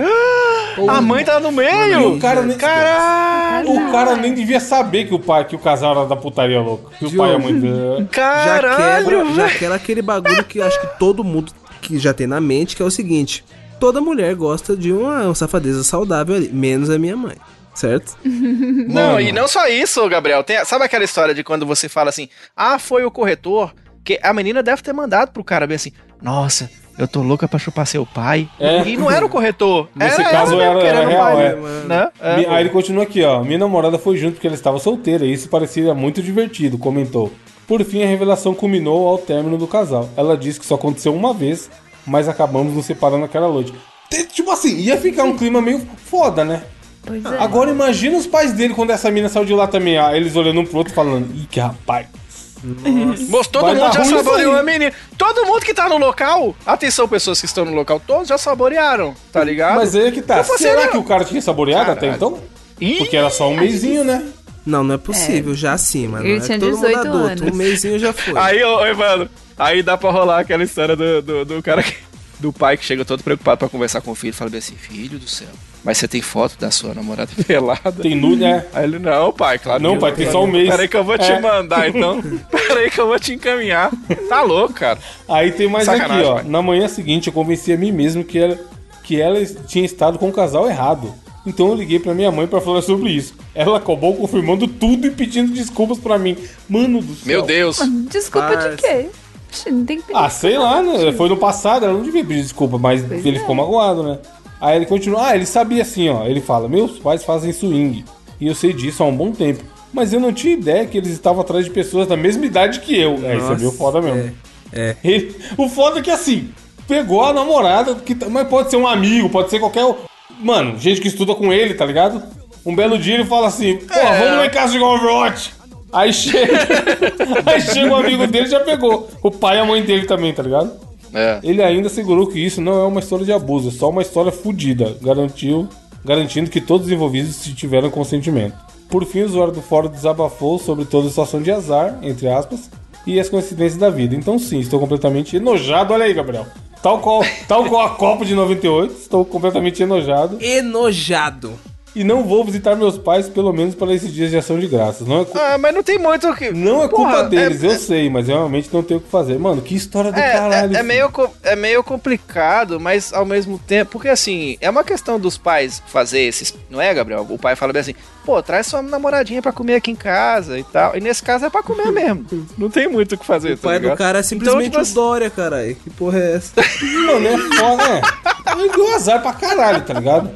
A mãe tá no
e
meio!
o cara nem,
Caralho!
o cara nem devia saber que o pai, que o casal era da putaria louca. Que o pai e a mãe dela.
já quebra,
Caralho!
já quebra aquele bagulho que eu acho que todo mundo que já tem na mente, que é o seguinte: toda mulher gosta de uma, uma safadeza saudável ali, menos a minha mãe, certo?
Não,
Mano.
e não só isso, Gabriel. Tem- sabe aquela história de quando você fala assim, ah, foi o corretor? Que a menina deve ter mandado pro cara bem assim, nossa, eu tô louca pra chupar seu pai.
É.
E não era o corretor.
Nesse
era
caso
ela
era- era
mesmo querendo o
real,
pai,
é.
né? É.
Mi- Aí ele continua aqui, ó. Minha namorada foi junto porque ela estava solteira e isso parecia muito divertido, comentou. Por fim, a revelação culminou ao término do casal. Ela disse que só aconteceu uma vez, mas acabamos nos separando naquela noite. Te- Tipo assim, ia ficar um clima meio foda, né?
Pois é.
Agora imagina os pais dele quando essa mina saiu de lá também, ó, eles olhando um pro outro falando, ih, que rapaz.
Moço, todo
Vai dar
mundo já
tá ruim isso
saboreou
aí.
a menina. Todo mundo que tá no local, atenção, pessoas que estão no local, todos já saborearam, tá ligado?
Mas aí é que tá.
Eu falei,
Será
não.
que o cara tinha saboreado até então?
Ih,
Porque era só um mesinho, né?
Não, não é possível, já assim, mano.
Ele
é
tinha
todo
18
mundo adulto,
anos.
um mêsinho já foi.
Aí, ô, ô, Evandro, aí dá pra rolar aquela história do, do, do cara que, do pai que chega todo preocupado pra conversar com o filho e fala bem assim: Filho do céu, mas você tem foto da sua namorada pelada?
Tem nude, né?
Aí ele, não, pai, claro.
Não,
que
pai, tem só um mês.
Peraí que eu vou te
É.
mandar, então. Peraí que eu vou te encaminhar. Tá louco, cara.
Aí tem mais
Sacanagem,
aqui, ó.
pai.
Na manhã seguinte, eu convenci a mim mesmo que ela, que ela tinha estado com o casal errado. Então eu liguei pra minha mãe pra falar sobre isso. Ela acabou confirmando tudo e pedindo desculpas pra mim. Mano do céu.
Meu Deus.
Desculpa de quê? Oxi, Não tem que pedir.
Ah, sei lá, né? Foi no passado, ela não devia pedir desculpa, mas
Pois
ele
é.
ficou magoado, né? Aí ele continua. Ah, ele sabia assim, ó. Ele fala: Meus pais fazem swing. E eu sei disso há um bom tempo. Mas eu não tinha ideia que eles estavam atrás de pessoas da mesma idade que eu. é, isso é
Nossa,
meio foda mesmo.
É.
Ele- o foda é que assim, pegou a namorada, que, tá- mas pode ser um amigo, pode ser qualquer. o- Mano, gente que estuda com ele, tá ligado? Um belo dia ele fala assim: pô, vamos lá em casa jogar Overwatch. Aí chega. aí chega um amigo dele e já pegou. O pai e a mãe dele também, tá ligado?
É.
Ele ainda segurou que isso não é uma história de abuso, é só uma história fodida, garantiu, garantindo que todos os envolvidos se tiveram consentimento. Por fim, o usuário do fórum desabafou sobre toda a situação de azar, entre aspas, e as coincidências da vida. Então sim, estou completamente enojado, olha aí, Gabriel. Tal qual, tal qual a Copa de 98, estou completamente enojado.
Enojado.
e não vou visitar meus pais, pelo menos para esses dias de ação de graças. Não é, cu-
Ah, mas não tem muito o que.
não é
Porra,
culpa deles,
é-
eu sei, mas eu realmente não tenho o que fazer. Mano, que história do caralho.
É,
filho.
meio, co- é meio complicado, mas ao mesmo tempo. Porque assim, é uma questão dos pais fazer esses. Não é, Gabriel? O pai fala bem assim: pô, traz sua namoradinha pra comer aqui em casa e tal. E nesse caso é pra comer mesmo. Não tem muito o que fazer. tá
O pai do cara é simplesmente
tipo
o
assim-
Dória, caralho. Que porra é essa?
Mano, é foda, é. Deu azar pra caralho, tá ligado?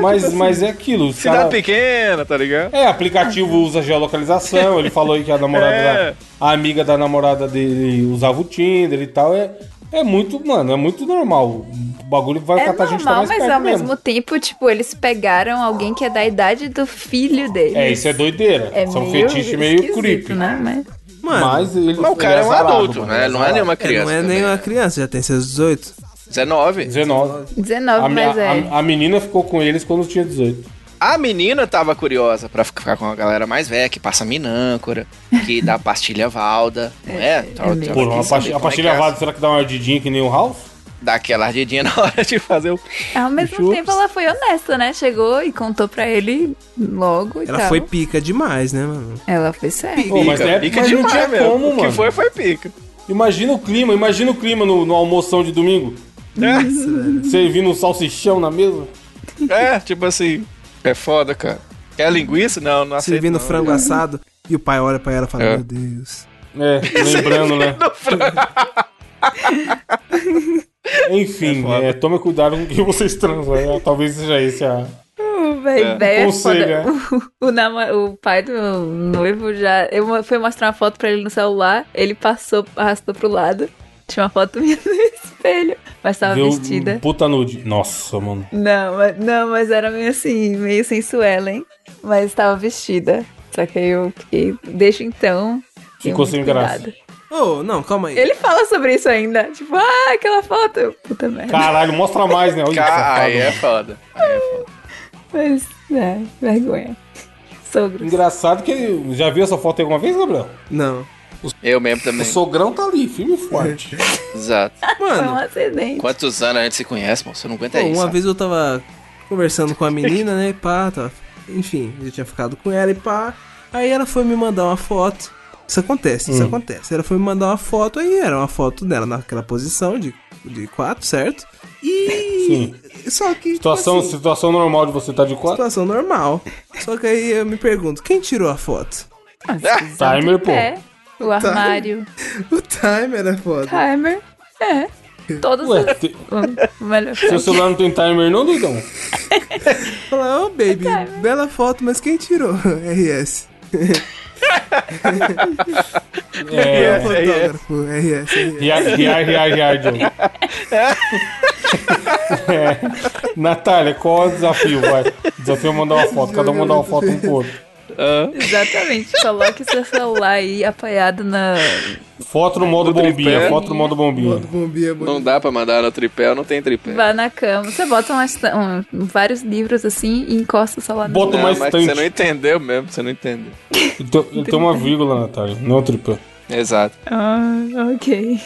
Mas, mas é aquilo. os
Cidade
cara-
pequena, tá ligado?
É, aplicativo usa geolocalização. Ele falou aí que a namorada
É.
da- A amiga da namorada dele usava o Tinder e tal. É, é muito, mano, é muito normal. O bagulho vai
É
catar a gente tá
normal,
mais
mas
perto
ao
mesmo.
mesmo tempo, tipo, eles pegaram alguém que é da idade do filho deles.
É, isso é doideira.
É
São
meio
fetiche meio
esquisito,
creepy.
né? Mas...
Mano,
Mas ele
Mas o cara
ele
é um
azarado,
adulto,
mano,
né?
ele
Não é nenhuma
é,
criança.
não é nem uma criança, já tem seus 18.
19.
19.
19,
A, minha-
mas é.
a- a menina ficou com eles quando tinha 18.
A menina tava curiosa pra ficar com a galera mais velha, que passa minâncora, que dá pastilha valda, não é? Então,
mesmo.
ela
Pô,
quis
uma pastilha-
saber
a
como é que
pastilha
é
vada, será que dá uma ardidinha que nem o Ralph?
Dá aquela ardidinha na hora de fazer o.
Ao mesmo
Chups.
tempo, ela foi honesta, né? Chegou e contou pra ele logo e
Ela
Então.
tal.
foi pica demais, né, mano?
Ela foi séria.
Pô, mas, é, mas não tinha
mesmo.
como,
O
mano.
que foi, foi pica.
Imagina o clima, imagina o clima no, no almoção de domingo. Servindo um salsichão na mesa.
É, tipo assim, é foda, cara. Quer linguiça? Não, não aceito.
Servindo
não.
frango assado. E o pai olha pra ela e fala:
Tá né? É.
Meu Deus.
É, lembrando, né? Enfim, é, tome cuidado com o que vocês transam. né? Talvez seja esse a.
O véi- véi é
Conselho,
foda. O, o namo- o pai do noivo já. Eu mo- fui mostrar uma foto pra ele no celular, ele passou, arrastou pro lado. Tinha uma foto minha no espelho, mas tava
Deu um
vestida.
Puta nude. Nossa, mano.
Não, mas, não, mas era meio assim, meio sensuela, hein? Mas tava vestida. Só que aí eu fiquei. Desde então. tenho
Ficou
muito
sem graça.
cuidado.
Ô, não, calma aí.
Ele fala sobre isso ainda. Tipo, ah, aquela foto. Eu, Puta merda.
Caralho, mostra mais, né? Olha que
Tá
Ca-
safado,
Aí é
mano.
foda. Aí é foda.
Mas, é, vergonha. Sogro.
Engraçado que. Já viu essa foto aí alguma vez, Gabriel?
Não.
Eu mesmo também.
O sogrão tá ali, firme e forte.
Exato.
Foi um
Mano,
acidente.
Quantos anos a gente se conhece, moço? Eu não aguento
pô,
é isso.
uma
sabe?
vez eu tava conversando com a menina, né? E pá, tava... enfim, eu tinha ficado com ela e pá. Aí ela foi me mandar uma foto. Isso acontece, isso acontece. Ela foi me mandar uma foto, aí era uma foto dela naquela posição de, de quatro, certo? E. Só que. tipo
situação,
assim,
situação normal de você estar de quatro.
situação normal. Só que aí eu me pergunto, quem tirou a foto?
Timer, pô.
É. O armário.
O timer é foda.
Timer. É. Todos
Ué,
os.
te-
O melhor.
seu celular não tem timer, não, doidão?
Fala, ô baby, bela foto, mas quem tirou? RS.
É.
Fotógrafo, RS, RS.
Riar, riar, riar, riar, Diogo. É. Natália, qual é o desafio, vai? Desafio é mandar uma foto, cada um mandar uma foto um pro outro.
Exatamente. Coloque seu celular aí apoiado na.
Foto no modo
No
bombinha,
tripé.
foto no modo bombinha.
Bombinha, bombinha.
Não dá pra mandar no tripé, eu não tenho tripé.
Vá na cama. Você bota uma esta- um- vários livros assim e encosta o celular no.
Bota
Não,
uma
mas você não
estante.
entendeu mesmo, você não entendeu.
Então, Ele tem uma vírgula, Natália, não é o tripé.
Exato.
Ah, ok.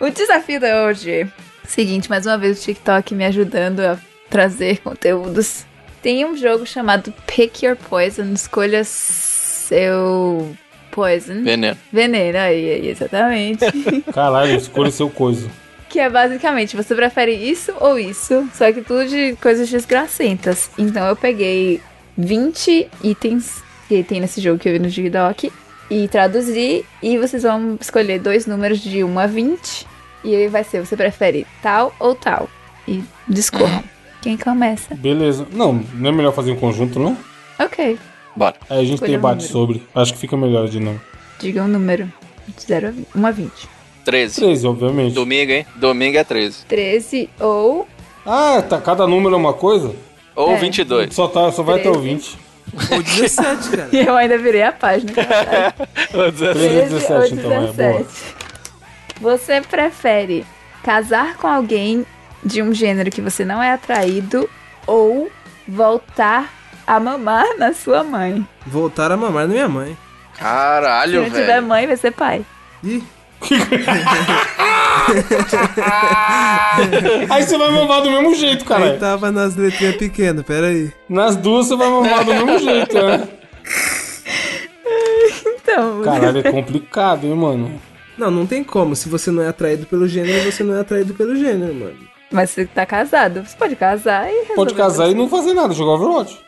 o desafio de hoje. Seguinte, mais uma vez o TikTok me ajudando a trazer conteúdos. Tem um jogo chamado Pick Your Poison, escolha seu poison.
Veneno.
Veneno, aí, aí, exatamente.
Caralho, escolha seu coisa.
que é basicamente, você prefere isso ou isso, só que tudo de coisas desgracentas. Então eu peguei 20 itens que tem nesse jogo que eu vi no TikTok e traduzi, e vocês vão escolher dois números de 1 a 20, e aí vai ser, você prefere tal ou tal. E discorram. Quem começa?
Beleza. Não, não é melhor fazer em conjunto, não?
Ok,
Bora.
Aí a gente
Escolha um
debate
número.
sobre. Acho que fica melhor de não.
diga um número. De 0 a 20, 1 a 20.
13.
13, obviamente.
Domingo, hein? Domingo é 13.
13 ou
Ah, tá, cada número é uma coisa?
Ou
É.
22.
Só, tá, só vai até o 20.
Ou 17, cara.
eu ainda virei a página.
Ou 17.
13 ou
13 ou
17, então, é boa.
17. Você prefere casar com alguém de um gênero que você não é atraído ou voltar a mamar na sua mãe?
Voltar a mamar na minha mãe.
Caralho,
Se não tiver
velho.
mãe, vai ser pai.
Ih,
Aí você vai mamar do mesmo jeito,
Ele
cara.
tava nas letrinhas pequenas, peraí.
Nas duas você vai mamar do mesmo jeito, né?
Então,
Caralho, é complicado, hein, mano?
Não, não tem como. Se você não é atraído pelo gênero, você não é atraído pelo gênero, mano.
mas você tá casado. Você pode casar e resolver.
é
Pode casar e não fazer nada, jogar Overwatch.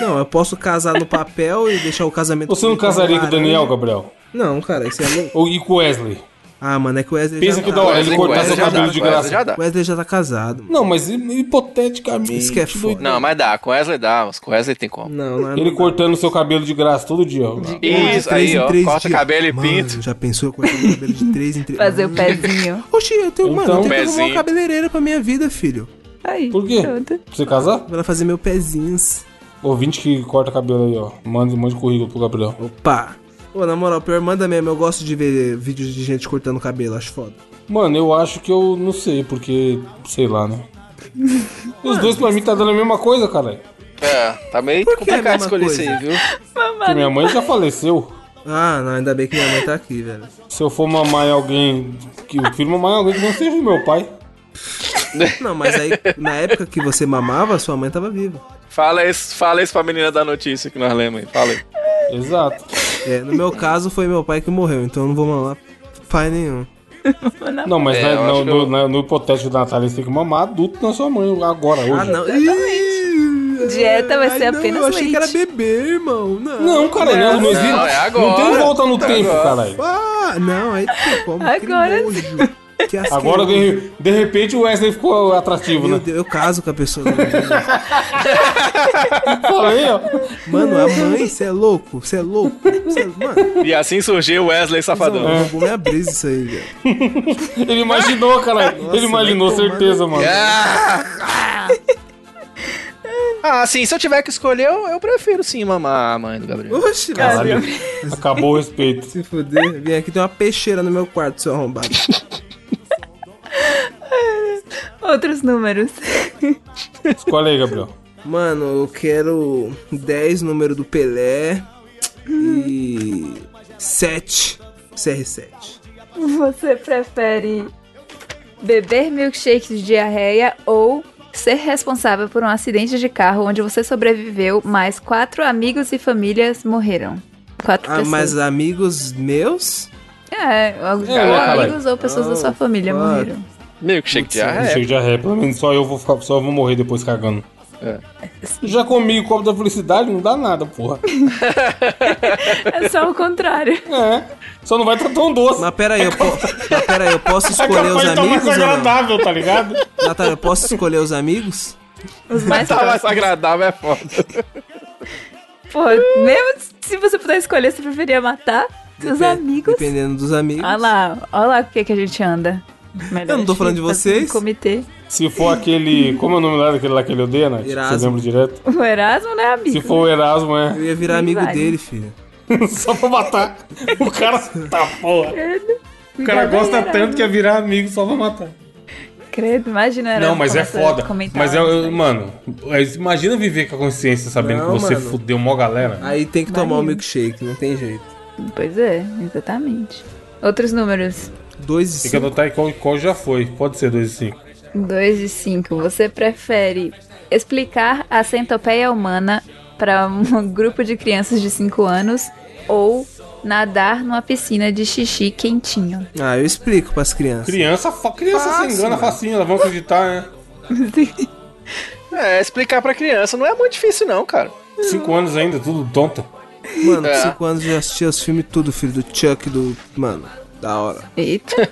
Não, eu posso casar no papel e deixar o casamento.
Você não
com
casaria com o
laranja.
Daniel, Gabriel?
Não, cara, isso é louco.
Ou e com o Wesley?
Ah, mano, é que o Wesley
Pensa
já
que
tá.
da hora, ele
Wesley-
cortar seu
Wesley já
cabelo
dá,
de
com Wesley
graça.
já dá.
O Wesley já tá casado. Mano.
Não, mas hipoteticamente.
Isso que é foda.
Não, mas dá. Com Wesley dá, mas com Wesley tem como.
Não, não é.
Ele cortando seu cabelo de graça todo dia. ó.
Isso, aí, ó. Corta cabelo e pinto.
Já pensou eu cortar meu cabelo de 3 em 3?
Fazer o pezinho.
Oxi, eu tenho, mano, eu
Então,
tenho que arrumar uma
pezinho.
cabeleireira pra minha vida, filho.
Aí,
Por quê?
pronto.
Pra você casar?
Pra ela fazer meu pezinhos.
Ouvinte que corta cabelo aí, ó. Manda um monte de currículo pro Gabriel.
Opa. Ô, na moral, pior manda mesmo. Eu gosto de ver vídeos de gente cortando cabelo, acho foda.
Mano, eu acho que eu não sei, porque. Sei lá, né? Os dois pra mim tá dando a mesma coisa, cara.
É, tá meio
Por que é a
complicado
mesma
escolher isso
coisa?
aí, viu?
Porque minha mãe já faleceu.
Ah, não, ainda bem que minha mãe tá aqui, velho.
Se eu for mamar em alguém. Que eu prefiro mamar em alguém que não seja o meu pai.
Não, mas aí, na época que você mamava, sua mãe tava viva.
Fala isso, fala isso pra menina da notícia que nós lemos aí. Fala aí.
Exato.
É, no meu caso, foi meu pai que morreu, então eu não vou mamar pai nenhum.
Não, mas
É,
né,
eu
no,
acho que
no-
eu-
na- no hipotético da Natália, você tem que mamar adulto na sua mãe agora, hoje.
Ah, não. Ih,
Dieta vai
ai,
ser
não,
apenas
Eu achei que era
leite.
bebê, irmão. Não.
Não, cara, não, não existe.
Não, é
Não tem
agora.
volta no tempo, caralho.
Ah, não, aí tem como.
Agora
que nojo. Que asqueroso.
Agora, de, de repente, o Wesley ficou atrativo,
Meu
né?
Deus, eu caso com a pessoa. do meu Deus.
Fala aí, ó.
Mano, a mãe, você é louco? Você é louco? Cê é- Mano,
E assim surgiu Wesley Safadão.
roubou minha é brisa isso aí, velho.
Ele imaginou, cara. Ele imaginou,
vai tomar
certeza, mano.
Ah, sim, se eu tiver que escolher, eu, eu prefiro sim mamar a mãe do Gabriel.
Oxi,
Caralho.
velho.
Acabou o respeito.
Se fuder, vem aqui, tem uma peixeira no meu quarto, seu arrombado.
Outros números.
Escolhe aí, Gabriel.
Mano, eu quero 10 número do Pelé e 7 CR7.
Você prefere beber milkshakes de diarreia ou ser responsável por um acidente de carro onde você sobreviveu, mas quatro amigos e famílias morreram? Quatro
Ah,
pessoas.
mas amigos meus?
É, ou
É, né, caralho?
amigos ou pessoas da sua
Oh,
família
fuck.
morreram.
Meio que é. cheio de
Não
ar.
Chego de arreia. Pelo menos só eu vou ficar, só eu vou morrer depois cagando.
É.
Já comi o copo da felicidade, não dá nada, porra.
É só o contrário.
É. Só não vai estar tão doce.
Mas pera aí, eu, po... mas pera aí, eu posso
É
escolher
capaz
os
de tá mais
amigos ou não?
agradável, tá ligado?
Natália, eu posso escolher os amigos?
Os mais
Tá mais
próximos.
agradável, é foda.
Pô, mesmo se você puder escolher, você preferia matar seus
Depen-
amigos?
Dependendo dos amigos.
Olha lá, olha lá o que, que a gente anda. Melhor
Eu não tô falando de
fazer um
vocês.
comitê.
Se for aquele. Como é o nome lá daquele lá que ele odeia, né? Você
Erasmo.
lembra direto?
O Erasmo, né, amigo?
Se for o Erasmo, é.
Eu ia virar amigo
Vale.
dele, filho.
Só pra matar. O cara. Tá porra. O cara
Cuidado aí,
gosta
Erasmo.
tanto que é virar amigo só pra matar.
Credo, imagina né? o Erasmo.
Não, mas é
começando a
foda.
comentar né?
Mas é,
isso
eu-
aí.
mano, mas imagina viver com a consciência sabendo
Não,
que você
mano.
fudeu mó galera.
Aí tem que tomar um
Valeu.
milkshake, não tem jeito.
Pois é, exatamente. Outros números.
2 e
Tem que
5.
anotar aí qual, qual já foi. Pode ser 2 e 5.
2 e 5. Você prefere explicar a centopeia humana para um grupo de crianças de 5 anos ou nadar numa piscina de xixi quentinho?
Ah, eu explico pras crianças.
Criança, fa- criança se
Fácil,
engana
mano.
facinho, elas vão acreditar, né?
É, explicar pra criança não é muito difícil, não, cara.
5 anos ainda, tudo tonto.
Mano, com
É.
5 anos eu já assistia os filmes tudo, filho. Do Chuck, do. Mano, da hora.
Eita,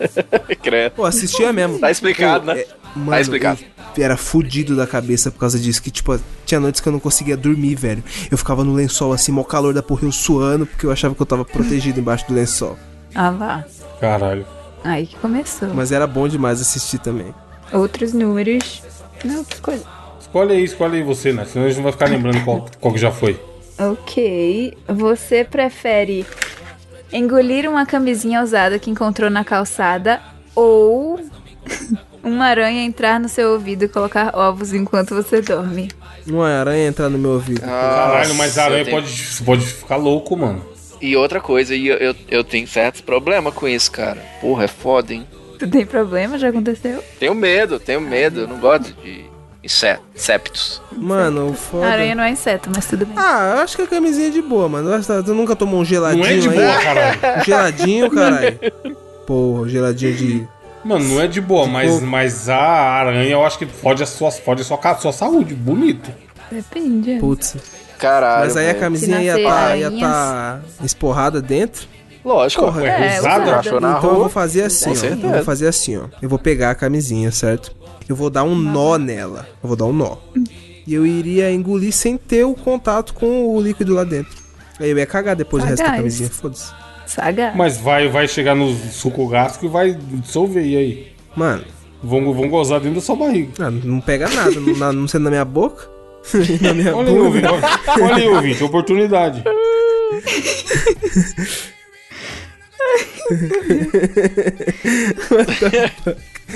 Credo.
Pô, assistia mesmo.
Tá explicado,
Pô,
né?
é- mano,
explicado.
eu era fudido da cabeça por causa disso. Que, tipo, tinha noites que eu não conseguia dormir, velho. Eu ficava no lençol assim, mó calor da porra, eu suando, porque eu achava que eu tava protegido embaixo do lençol.
ah lá.
Caralho.
Aí que começou.
Mas era bom demais assistir também.
Outros números. Não, que coisa.
Escolhe aí, escolhe aí você, né? Senão a gente não vai ficar lembrando qual, qual que já foi.
Ok. Você prefere engolir uma camisinha usada que encontrou na calçada ou uma aranha entrar no seu ouvido e colocar ovos enquanto você dorme?
é, Ah,
Uma aranha é, entrar no meu ouvido.
Caralho, mas aranha pode, pode ficar louco, mano.
E outra coisa, e eu, eu, eu tenho certos problemas com isso, cara. Porra, é foda, hein?
Tu tem problema? Já aconteceu?
Tenho medo, tenho medo. Eu não gosto de insetos, septos.
Mano, o foda.
Aranha não é inseto, mas tudo bem.
Ah, eu acho que a camisinha é de boa, mano. Nossa, Tu nunca tomou um geladinho
Não é de
aí?
boa, caralho.
Um geladinho, caralho. Porra, geladinho de.
Mano, não é de boa, mas, mas a aranha eu acho que fode a sua, fode a sua, ca- sua saúde, bonito.
Depende.
Putz.
Caralho.
Mas aí a
velho.
camisinha
Se
ia
nascer
tá, ia
aranhas.
tá esporrada dentro.
Lógico,
Porra,
Ué,
É,
risada?
usada.
achou na
Então eu
rua.
vou fazer assim,
Com
ó. Eu
certeza.
vou fazer assim, ó. Eu vou pegar a camisinha, certo? Eu vou dar um nó nela. Eu vou dar um nó. E eu iria engolir sem ter o contato com o líquido lá dentro. Aí eu ia cagar depois do resto da
Sagaz.
camisinha. Foda-se.
Saga.
Mas vai, vai chegar no suco gástrico e vai dissolver, e aí?
Mano,
Vão, vão gozar dentro da sua barriga.
ah, não pega nada. não, na- não sendo na minha boca. na minha
Olha aí, ouvinte,
boca.
olha- olha aí, ouvinte, oportunidade.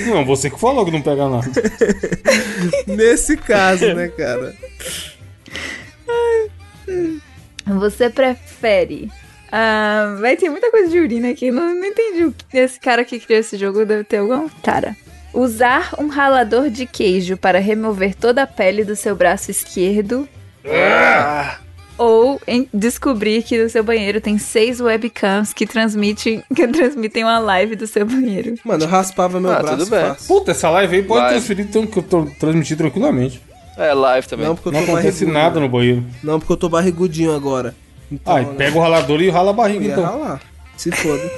Não, você que falou que não pega nada.
Nesse caso, né, cara?
Você prefere. Ah, vai ter muita coisa de urina aqui. Não, não entendi o que esse cara que criou esse jogo deve ter algum. Cara. Usar um ralador de queijo para remover toda a pele do seu braço esquerdo.
Ah!
Ou em- descobrir que no seu banheiro tem seis webcams que transmitem, que transmitem uma live do seu banheiro.
Mano, eu raspava meu
Ah,
braço
tudo bem.
fácil.
Puta, essa live aí pode
Vai.
transferir, tran- que eu tô- transmitir tranquilamente.
É live também.
Não, porque eu
Não
tô
acontece
barrigudinho.
nada no banheiro.
Não, porque eu tô barrigudinho agora. né? Então,
Ah, e pega o ralador e rala a barriga,
Ia
então.
ralar. Se foda.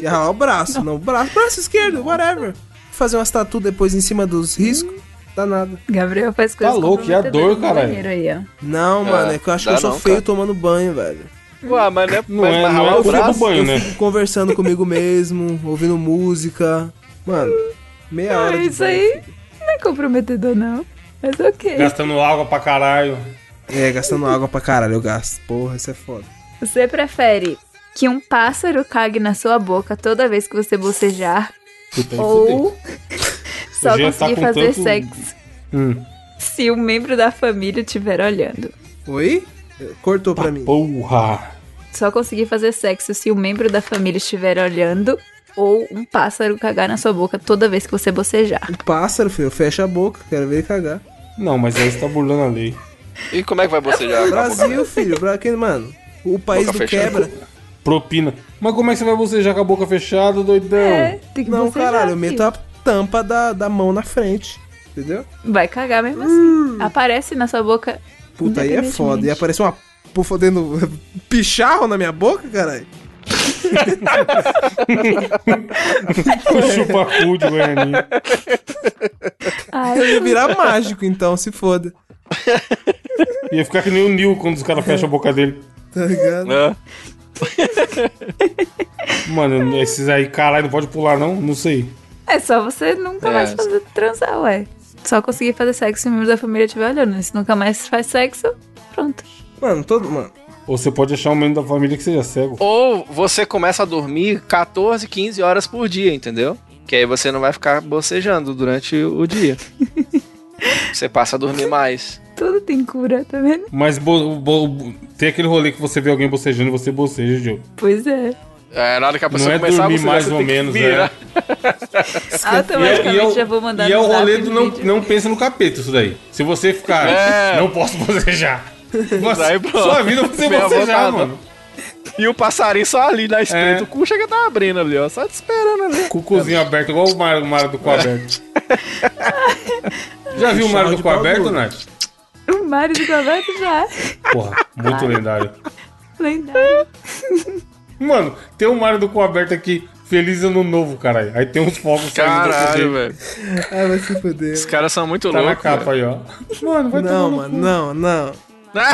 Ia ralar o braço, não. o braço. Braço esquerdo, whatever. Fazer umas tatu depois em cima dos riscos. Dá nada.
Gabriel faz coisas
Tá louco, e a dor,
comprometedoras no
caralho?
banheiro aí, ó.
Não, mano, é que eu acho que
dá
eu sou
não,
feio
cara.
tomando banho, velho.
Ué, mas não é,
Não
mas
é- não é
pra ralar
o
o
filho do
braço.
banho.
eu
né?
fico conversando comigo mesmo, ouvindo música. Mano, meia hora.
Ah,
de
isso
banho.
aí não é comprometedor, não. Mas ok.
Gastando água pra caralho.
É, gastando água pra caralho, eu gasto. Porra, isso é foda.
Você prefere que um pássaro cague na sua boca toda vez que você bocejar
Puta, aí fudeu.
ou só
Eu já ia estar
conseguir
com
fazer
tanto-
sexo
Hum.
se um membro da família estiver olhando?
Oi? Cortou pra mim.
Porra.
Só conseguir fazer sexo se um membro da família estiver olhando ou um pássaro cagar na sua boca toda vez que você bocejar?
O pássaro, filho, fecha a boca, quero ver ele cagar.
Não, mas aí você tá burlando a lei.
E como é que vai bocejar? com a boca aberta?
Brasil, filho, pra quem, mano? O país
Boca
do
fechada.
quebra.
Propina. Mas como é que você vai bocejar com a boca fechada, doidão?
tem que
Não,
bocejar,
caralho, eu
filho.
meto a tampa da, da mão na frente. Entendeu?
Vai cagar mesmo
Hum.
assim. Aparece na sua boca.
Puta, aí é foda. E
independentemente.
apareceu uma pufa dentro. Picharro na minha boca, caralho.
O chupacu de Goianinha.
Ai,
Eu ia virar mágico, então, se foda.
Ia ficar que nem o Neil quando os caras fecham a boca dele.
Tá ligado?
É.
Né?
Mano, esses aí, caralho, não pode pular não? Não sei.
É só você nunca
É.
mais fazer transar, ué. Só conseguir fazer sexo se o membro da família estiver olhando. né? Se nunca mais faz sexo, pronto.
Mano, todo. Mano.
Ou você pode achar um membro da família que seja cego.
Ou você começa a dormir 14, 15 horas por dia, entendeu? Que aí você não vai ficar bocejando durante o dia. você passa a dormir mais.
Tudo tem cura, tá vendo?
Mas bo- bo- bo- tem aquele rolê que você vê alguém bocejando e você boceja, Diogo.
Pois é.
É, na hora que a pessoa
Não é
começar
dormir
a bocejar,
mais
você
ou
tem que
menos,
virar.
né? E é-
Ah, Automaticamente
e é o-
já vou mandar
E é
no
o
zap
rolê
um
do não,
vídeo.
não pensa no capeta, isso daí. Se você ficar,
É.
não posso bocejar. Você-
Aí, pronto.
sua vida vai ser
Bem à
bocejar,
vontade.
mano.
E o passarinho só ali na espreita.
É.
O cu chega tá abrindo ali, ó. Só te esperando ali.
Cucuzinho aberto, igual o Mário, o Mário do Cu aberto. Já viu o Mário do Cu
Chama de
aberto,
bagulho.
Nath?
O Mário do Gilberto já. é
Porra, muito lendário.
Lendário.
Mano, tem um Mário do Cu aberto aqui, feliz ano novo, caralho. Aí tem uns fogos
Caralho, velho.
Ah, vai se foder.
Os caras são muito
Tá na
loucos.
capa aí, ó. Mano, vai
Não,
tomar no
mano, não, não.
cu.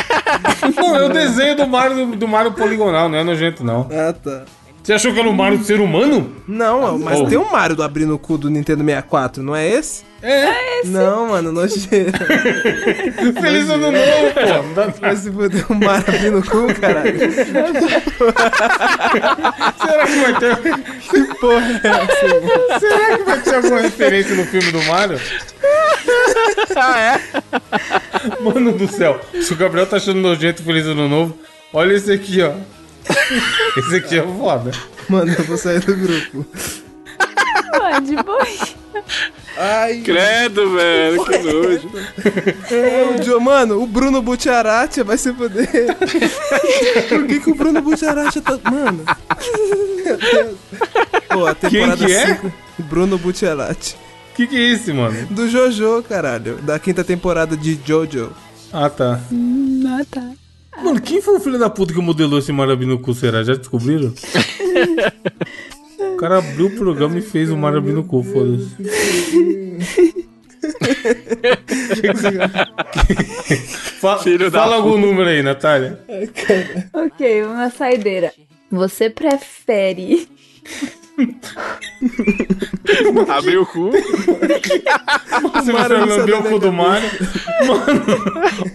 Não, é o desenho do Mario, do Mario poligonal, não é nojento, não.
Ah, tá.
Você achou que era o Mario do ser humano?
Não, ó, mas
Oh.
tem um Mario do abrindo o cu do Nintendo 64, não é esse?
É,
Não, mano, nojeira.
feliz ano novo, pô. Não dá-
Vai se foder um Mario abrindo o cu, caralho.
Será que vai ter.
Que porra é essa?
Será que vai ter alguma referência no filme do Mario? Mano do céu, se o Gabriel tá achando nojento feliz ano novo, olha esse aqui, ó. Esse aqui é foda.
Mano, eu vou sair do grupo.
Ué, de boi.
Ai,
Credo, velho, que nojo.
o Joe, um mano, o Bruno Butiaratia vai se fuder. Por que, que o Bruno Butiaratia tá. Mano. Pô, a temporada
que é?
5. Bruno Butiarati.
Que que é isso, mano?
Do Jojo, caralho. Da quinta temporada de Jojo.
Ah, tá.
Não, tá.
Mano, quem foi o filho da puta que modelou esse Marabi no cu, será? Já descobriram? o cara abriu o programa e fez o Marabi no cu, foda-se. Fa-
Filho da
fala algum número aí, Natália.
Ok, uma saideira. Você prefere.
Abriu o cu.
Você vai
Mário
lamber o
Luciano
cu do Mario. Mano,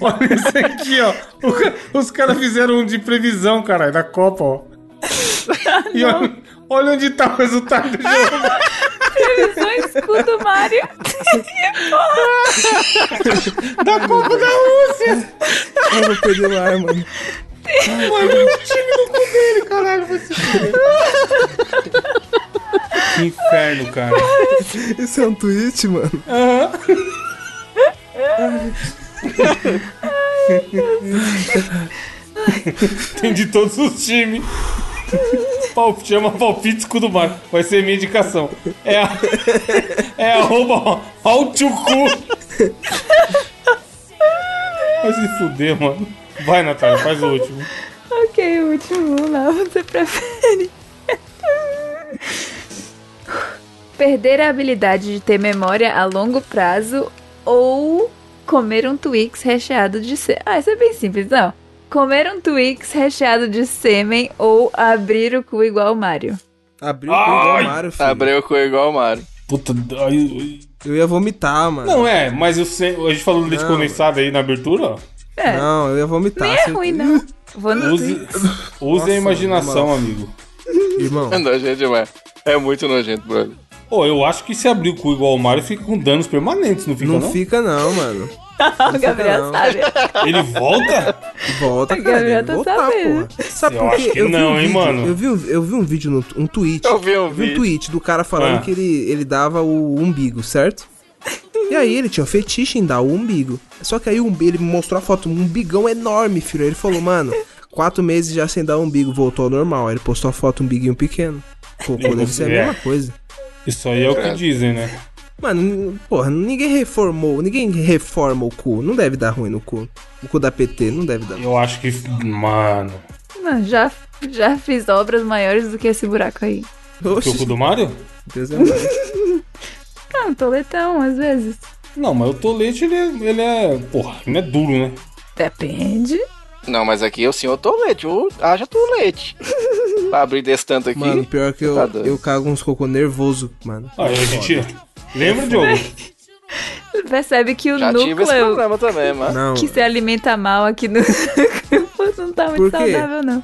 olha isso aqui, ó. O ca- Os caras fizeram um de previsão, caralho, da Copa, ó. E olha, olha onde tá o resultado do jogo.
Previsão escudo, Mário.
Da Copa da Rússia.
Eu vou perder o ar, mano.
Olha o time do cu dele, caralho. vai se fuder. Que inferno, cara.
Isso é um tweet, mano.
Tem de todos os times. Palpite, chama palpite escudo Mario. Vai ser minha indicação. É, a, é arroba altiocu. Vai se fuder, mano. Vai, Natália, faz o último.
ok, o último vamos lá. Você prefere. Perder a habilidade de ter memória a longo prazo ou comer um Twix recheado de sêmen. Ah, isso é bem simples, não. Comer um Twix recheado de sêmen ou abrir o cu igual o Mário.
Abriu o cu do Mario, filho.
Abriu o cu igual o Mário.
Puta, ai, ai.
Eu ia vomitar, mano.
não é, mas eu sei- a gente falou do leite
Não.
condensado aí na abertura. ó.
É.
Não, eu ia vomitar.
Nem é
certeza.
ruim, não. Vou no
Use, use
Nossa,
a imaginação,
mano.
amigo.
Irmão,
É nojento demais. É muito nojento, brother.
Pô, eu acho que se abrir o cu igual o Mario, fica com danos permanentes, não fica,
não
não?
fica não, mano.
O Gabriel
não.
sabe.
Ele volta?
Volta,
O
cara.
Gabriel
deve
tá
voltar,
sabendo.
porra. Sabe
Eu
por
acho
quê?
que não,
um
hein,
vídeo-
mano.
Eu vi, um- eu vi um vídeo, no, um tweet.
Eu vi um vídeo.
tweet do cara falando
Ah.
que ele, ele dava o umbigo, certo? E aí ele tinha um fetiche em dar o umbigo. Só que aí o umbi- ele me mostrou a foto, um umbigão enorme, filho. Aí ele falou, mano, quatro meses já sem dar o umbigo, voltou ao normal. Aí ele postou a foto, um umbiguinho pequeno. Pô, pô, deve ser a
É.
mesma coisa.
Isso aí é o que dizem, né?
Mano, n- porra, ninguém reformou, ninguém reforma o cu. Não deve dar ruim no cu. O cu da PT não deve dar.
Eu acho que. Mano.
Não, já, já fiz obras maiores do que esse buraco aí.
Que o cu
Oxe,
do Mario?
Deus é mais.
Não, Ah, um toletão, às vezes.
Não, mas o tolete, ele é, ele é. Porra, ele é duro, né?
Depende.
Não, mas aqui o senhor tolete. o- Haja tolete. pra abrir desse tanto aqui.
Mano, pior que eu,
Tá doido.
eu cago uns cocô nervoso, mano.
Ah, a gente. Lembra, Diogo?
Percebe que o
já tive esse
núcleo
problema também, mano.
Não.
que tá se alimenta mal aqui no grupo não tá muito
Por quê?
saudável, não.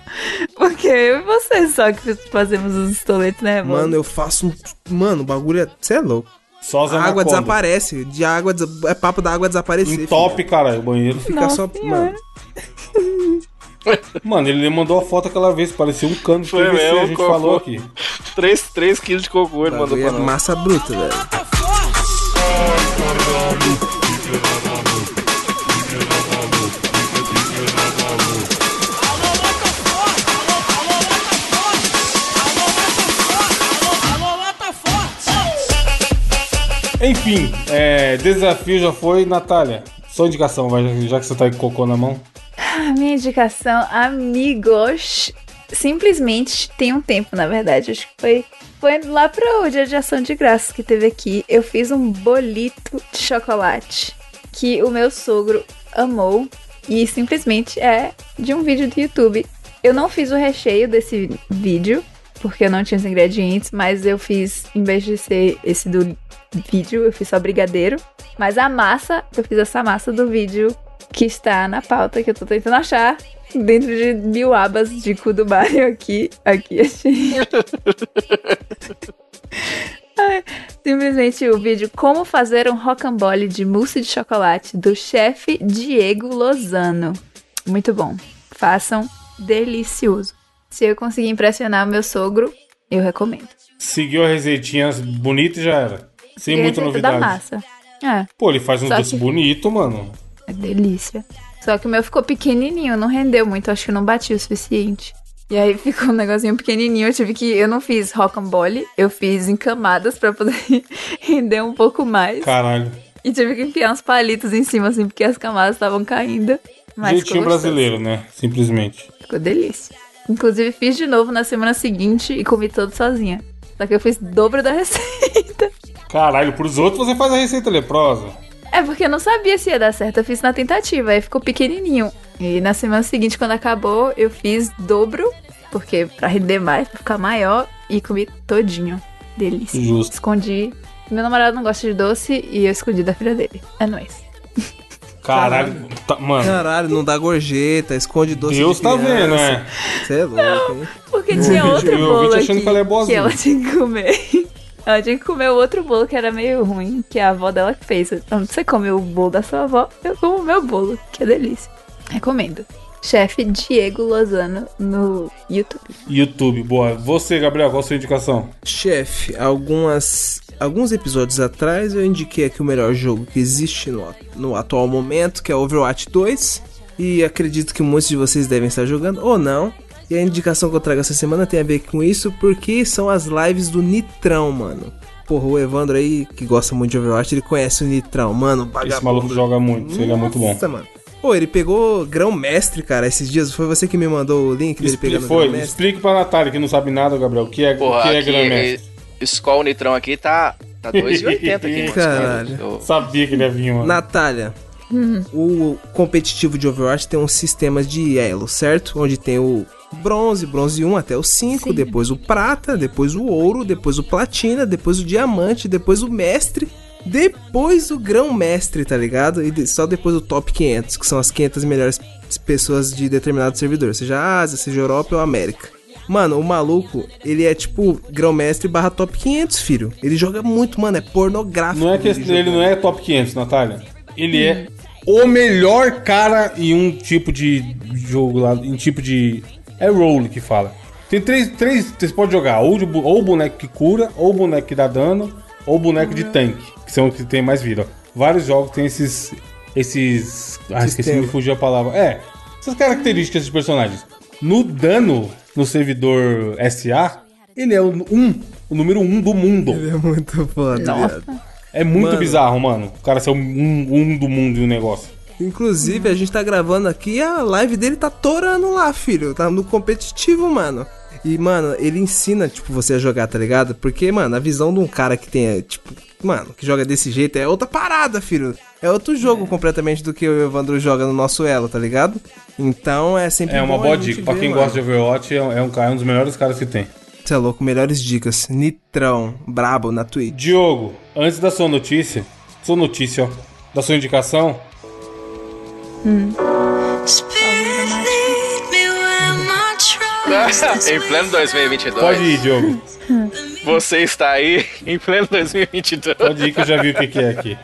Porque eu e você só que fazemos os toletes, né, amor?
Mano, eu faço um. Mano, o bagulho é. Você é louco.
Só as
A água
anacondas.
desaparece. De água des... É papo da água desaparecer.
Em top, caralho, o banheiro.
filho. Fica
Nossa
só.
Senhora.
Mano,
Mano, ele mandou a foto aquela vez, parecia um cano de
Foi
PVC,
mesmo,
a gente
cocô.
falou aqui.
3, 3 quilos de cocô
Tá
ele mandou
bagulho é
pra nós.
massa bruta, velho.
Enfim, é, desafio já foi, Natália. Só indicação, vai, já- já que você tá com cocô na mão.
A minha indicação, amigos, simplesmente tem um tempo, na verdade. Acho que foi, foi lá pro Dia de Ação de Graças que teve aqui. Eu fiz um bolito de chocolate que o meu sogro amou e simplesmente é de um vídeo do YouTube. Eu não fiz o recheio desse vídeo porque eu não tinha os ingredientes, mas eu fiz, em vez de ser esse do vídeo, eu fiz só brigadeiro. Mas a massa, eu fiz essa massa do vídeo que está na pauta que eu tô tentando achar. Dentro de mil abas de cu do Mario aqui. Aqui, assim. achei. Ai, Simplesmente o vídeo Como Fazer um Rocambole de Mousse de Chocolate do chefe Diego Lozano. Muito bom. Façam delicioso. Se eu conseguir impressionar o meu sogro, eu recomendo.
Seguiu a receitinha bonita e já era. Sem
E a
muita
receita da
novidade.
massa. É,
Pô, ele faz um
Só
doce
que-
bonito, mano.
é delícia. Só que o meu ficou pequenininho, não rendeu muito, acho que não bati o suficiente. E aí ficou um negocinho pequenininho, eu tive que... Eu não fiz rocambole, eu fiz em camadas pra poder render um pouco mais.
Caralho.
E tive que enfiar uns palitos em cima, assim, porque as camadas estavam caindo. Mas ficou
Jeitinho
gostoso.
brasileiro, né? Simplesmente.
Ficou delícia. Inclusive, fiz de novo na semana seguinte e comi todo sozinha. Só que eu fiz dobro da receita.
Caralho, pros outros você faz a receita leprosa.
É porque eu não sabia se ia dar certo. Eu fiz na tentativa, aí ficou pequenininho. E na semana seguinte, quando acabou, eu fiz dobro, porque pra render mais, pra ficar maior, e comi todinho. Delícia.
Justo.
Escondi. Meu namorado não gosta de doce e eu escondi da filha dele. É nóis.
Caralho. tá- mano,
Caralho, não dá gorjeta, esconde doce
Deus
de
tá
criança.
vendo, né?
Você é louco, hein?
Porque tinha outro
eu
bolo
ouvi te
aqui
achando que ela é
que
boazinha.
ela tinha que comer. Ela tinha que comer o outro bolo que era meio ruim, que a avó dela que fez. Então, você come o bolo da sua avó, eu como o meu bolo, que é delícia. Recomendo. Chefe Diego Lozano no YouTube.
YouTube, boa. Você, Gabriel, qual a sua indicação?
Chefe, algumas, alguns episódios atrás eu indiquei aqui o melhor jogo que existe no, no atual momento, que é Overwatch 2. E acredito que muitos de vocês devem estar jogando, ou não. E a indicação que eu trago essa semana tem a ver com isso, porque são as lives do Nitrão, mano. Porra, o Evandro aí, que gosta muito de Overwatch, ele conhece o Nitrão, mano. vagabundo.
Esse maluco joga muito, ele é muito bom.
Nossa, mano. Pô, ele pegou grão-mestre, cara, esses dias. Foi você que me mandou o link dele
Expli
pegando
foi,
grão-mestre?
explique pra Natália, que não sabe nada, Gabriel, o que é, o
Porra,
que é
aqui,
Gramestre.
e- Skol Nitrão aqui tá, tá 2,80 aqui, mano.
Caralho.
Eu-
Sabia que ele ia vir, mano.
Natália, o competitivo de Overwatch tem um sistema de elo, certo? Onde tem o bronze, bronze 1 até o 5, depois o prata, depois o ouro, depois o platina, depois o diamante, depois o mestre, depois o grão-mestre, tá ligado? E de- só depois o top 500, que são as 500 melhores pessoas de determinado servidor, seja a Ásia, seja a Europa ou a América. Mano, o maluco, ele é tipo grão-mestre barra top 500, filho. Ele joga muito, mano, é pornográfico.
Não é que
ele
ele não é top 500, Natália. Ele é o melhor cara em um tipo de jogo lá, em tipo de é role que fala. Tem três, três você pode jogar, ou de bo- ou boneco que cura, ou boneco que dá dano, ou boneco de tanque, que são os que tem mais vida. Vários jogos tem esses esses, ah, esqueci
Sistema.
me fugiu a palavra. É, essas características dos personagens. No dano no servidor SA, ele é o um, o número um do mundo.
Ele é muito foda,
Nossa.
viado.
É muito
Mano.
bizarro, mano. O cara ser um, um, um do mundo e um negócio.
Inclusive, a gente tá gravando aqui e a live dele tá torando lá, filho. Tá no competitivo, mano. E, mano, ele ensina, tipo, você a jogar, tá ligado? Porque, mano, a visão de um cara que tem, é, tipo, mano, que joga desse jeito é outra parada, filho. É outro jogo completamente do que o Evandro joga no nosso elo, tá ligado? Então é sempre
É uma
bom a
boa
gente
dica. Pra
ver,
quem
mano.
gosta de Overwatch, é, um- é um, cara, é um dos melhores caras que tem.
Você é louco, melhores dicas. Nitrão, brabo na Twitch.
Diogo, antes da sua notícia, sua notícia, ó, da sua indicação,
em pleno 2022.
pode ir, Diogo.
Você está aí em pleno 2022.
Pode ir que eu já vi o que, que é aqui.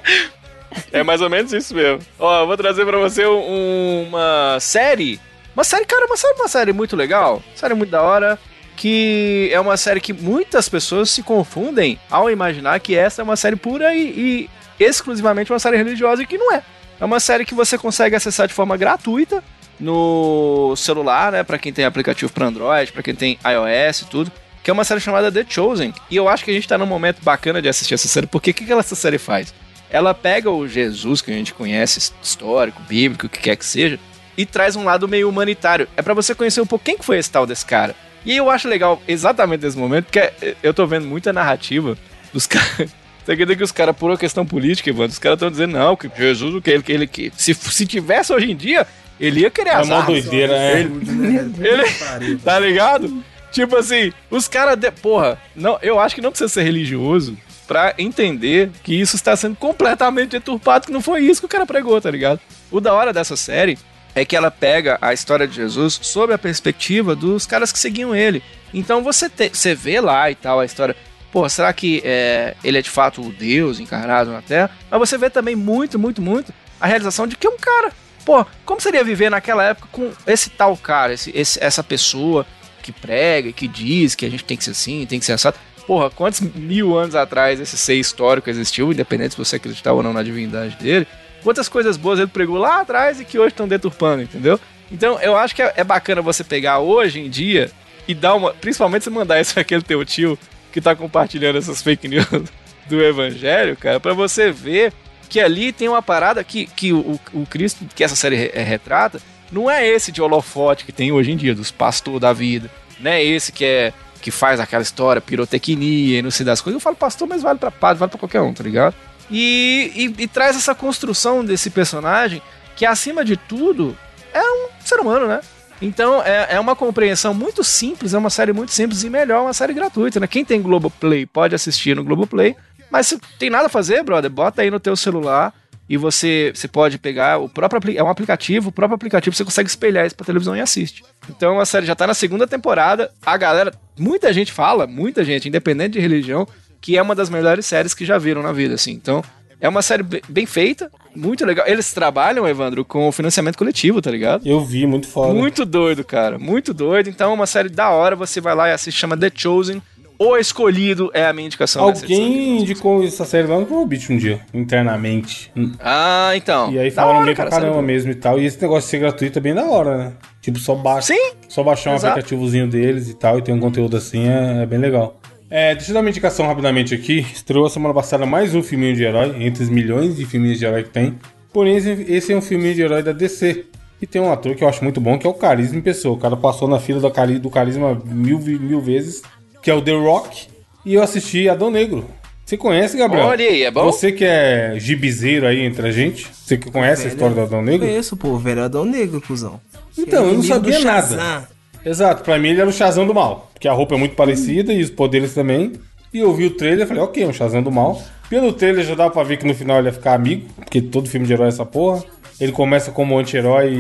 É mais ou menos isso mesmo. Ó, eu vou trazer pra você um- uma série. Uma série, cara, uma série, uma série muito legal. Série muito da hora. Que é uma série que muitas pessoas se confundem ao imaginar que essa é uma série pura e, e exclusivamente uma série religiosa e que não é. É uma série que você consegue acessar de forma gratuita no celular, né? Pra quem tem aplicativo pra Android, pra quem tem iOS e tudo. Que é uma série chamada The Chosen. E eu acho que a gente tá num momento bacana de assistir essa série, porque o que, que ela- essa série faz? ela pega o Jesus que a gente conhece, histórico, bíblico, o que quer que seja, e traz um lado meio humanitário. É pra você conhecer um pouco quem que foi esse tal desse cara. E aí eu acho legal exatamente nesse momento, porque eh, eu tô vendo muita narrativa dos caras. Você acredita que os caras, por uma questão política, Ivan, os caras estão dizendo, não, que Jesus, o que ele, que ele que. Se, se tivesse hoje em dia, ele ia querer
É
as
uma
armas.
doideira, é.
Ele...
Tá ligado? Tipo assim, os caras. De... Porra, não, eu acho que não precisa ser religioso pra entender que isso está sendo completamente deturpado, que não foi isso que o cara pregou, tá ligado? O da hora dessa série é que ela pega a história de Jesus sob a perspectiva dos caras que seguiam ele. Então você, te- você vê lá e tal a história. Pô, será que é, ele é de fato o Deus encarnado na Terra? Mas você vê também muito, muito, muito a realização de que é um cara Pô, como seria viver naquela época com esse tal cara, esse, esse- essa pessoa? que prega, e que diz que a gente tem que ser assim, tem que ser assado. Porra, quantos mil anos atrás esse ser histórico existiu, independente se você acreditar ou não na divindade dele? Quantas coisas boas ele pregou lá atrás e que hoje estão deturpando, entendeu? Então, eu acho que é é bacana você pegar hoje em dia e dar uma. Principalmente se mandar isso aquele teu tio que tá compartilhando essas fake news do evangelho, cara, pra você ver que ali tem uma parada que, que o, o Cristo, que essa série re- é, retrata, não é esse de holofote que tem hoje em dia, dos pastor da vida, não é esse que é que faz aquela história, pirotecnia e não sei das coisas. Eu falo pastor, mas vale pra padre, vale pra qualquer um, tá ligado? E, e- e traz essa construção desse personagem que, acima de tudo, é um ser humano, né? Então é, é uma compreensão muito simples, é uma série muito simples e melhor, é uma série gratuita, né? Quem tem Globoplay pode assistir no Globoplay, mas se tem nada a fazer, brother, bota aí no teu celular e você, você pode pegar o próprio apli- é um aplicativo, o próprio aplicativo você consegue espelhar isso pra televisão e assiste. Então a série já tá na segunda temporada, a galera, muita gente fala, muita gente, independente de religião, que é uma das melhores séries que já viram na vida, assim. Então é uma série be- bem feita, muito legal. Eles trabalham, Evandro, com o financiamento coletivo, tá ligado?
Eu vi, muito foda.
Muito doido, cara. Muito doido. Então, é uma série da hora. Você vai lá e assiste, chama The Chosen. O Escolhido é a minha indicação. nessa edição.
Alguém indicou essa série lá no Promobit um dia, internamente.
Ah, então.
E aí
Da
falaram
hora,
bem pra
cara, sério.
caramba mesmo e tal. E esse negócio de ser gratuito é bem da hora, né? Tipo, só baixa.
Sim.
Só baixar um
Exato.
aplicativozinho deles e tal, e ter um conteúdo assim é, é bem legal. É, deixa eu dar uma indicação rapidamente aqui. Estreou semana passada mais um filminho de herói, entre os milhões de filminhos de herói que tem. Porém, esse, esse é um filminho de herói da DC. E tem um ator que eu acho muito bom, que é o Carisma em Pessoa. O cara passou na fila do, cari do Carisma mil, vi- mil vezes, que é o The Rock. E eu assisti Adão Negro. Você conhece, Gabriel?
Olha aí, é bom?
Você que é gibizeiro aí entre a gente, você que conhece a história do Adão Negro,
Conheço, pô, o velho Adão Negro, cuzão.
Então,
Que é
eu não
inimigo do
sabia nada.
Shazam.
Exato, pra mim ele era o Shazam do mal. Porque a roupa é muito parecida e os poderes também. E eu vi o trailer e falei, ok, é um Shazam do mal. Pelo trailer já dava pra ver que no final ele ia ficar amigo, porque todo filme de herói é essa porra. Ele começa como anti-herói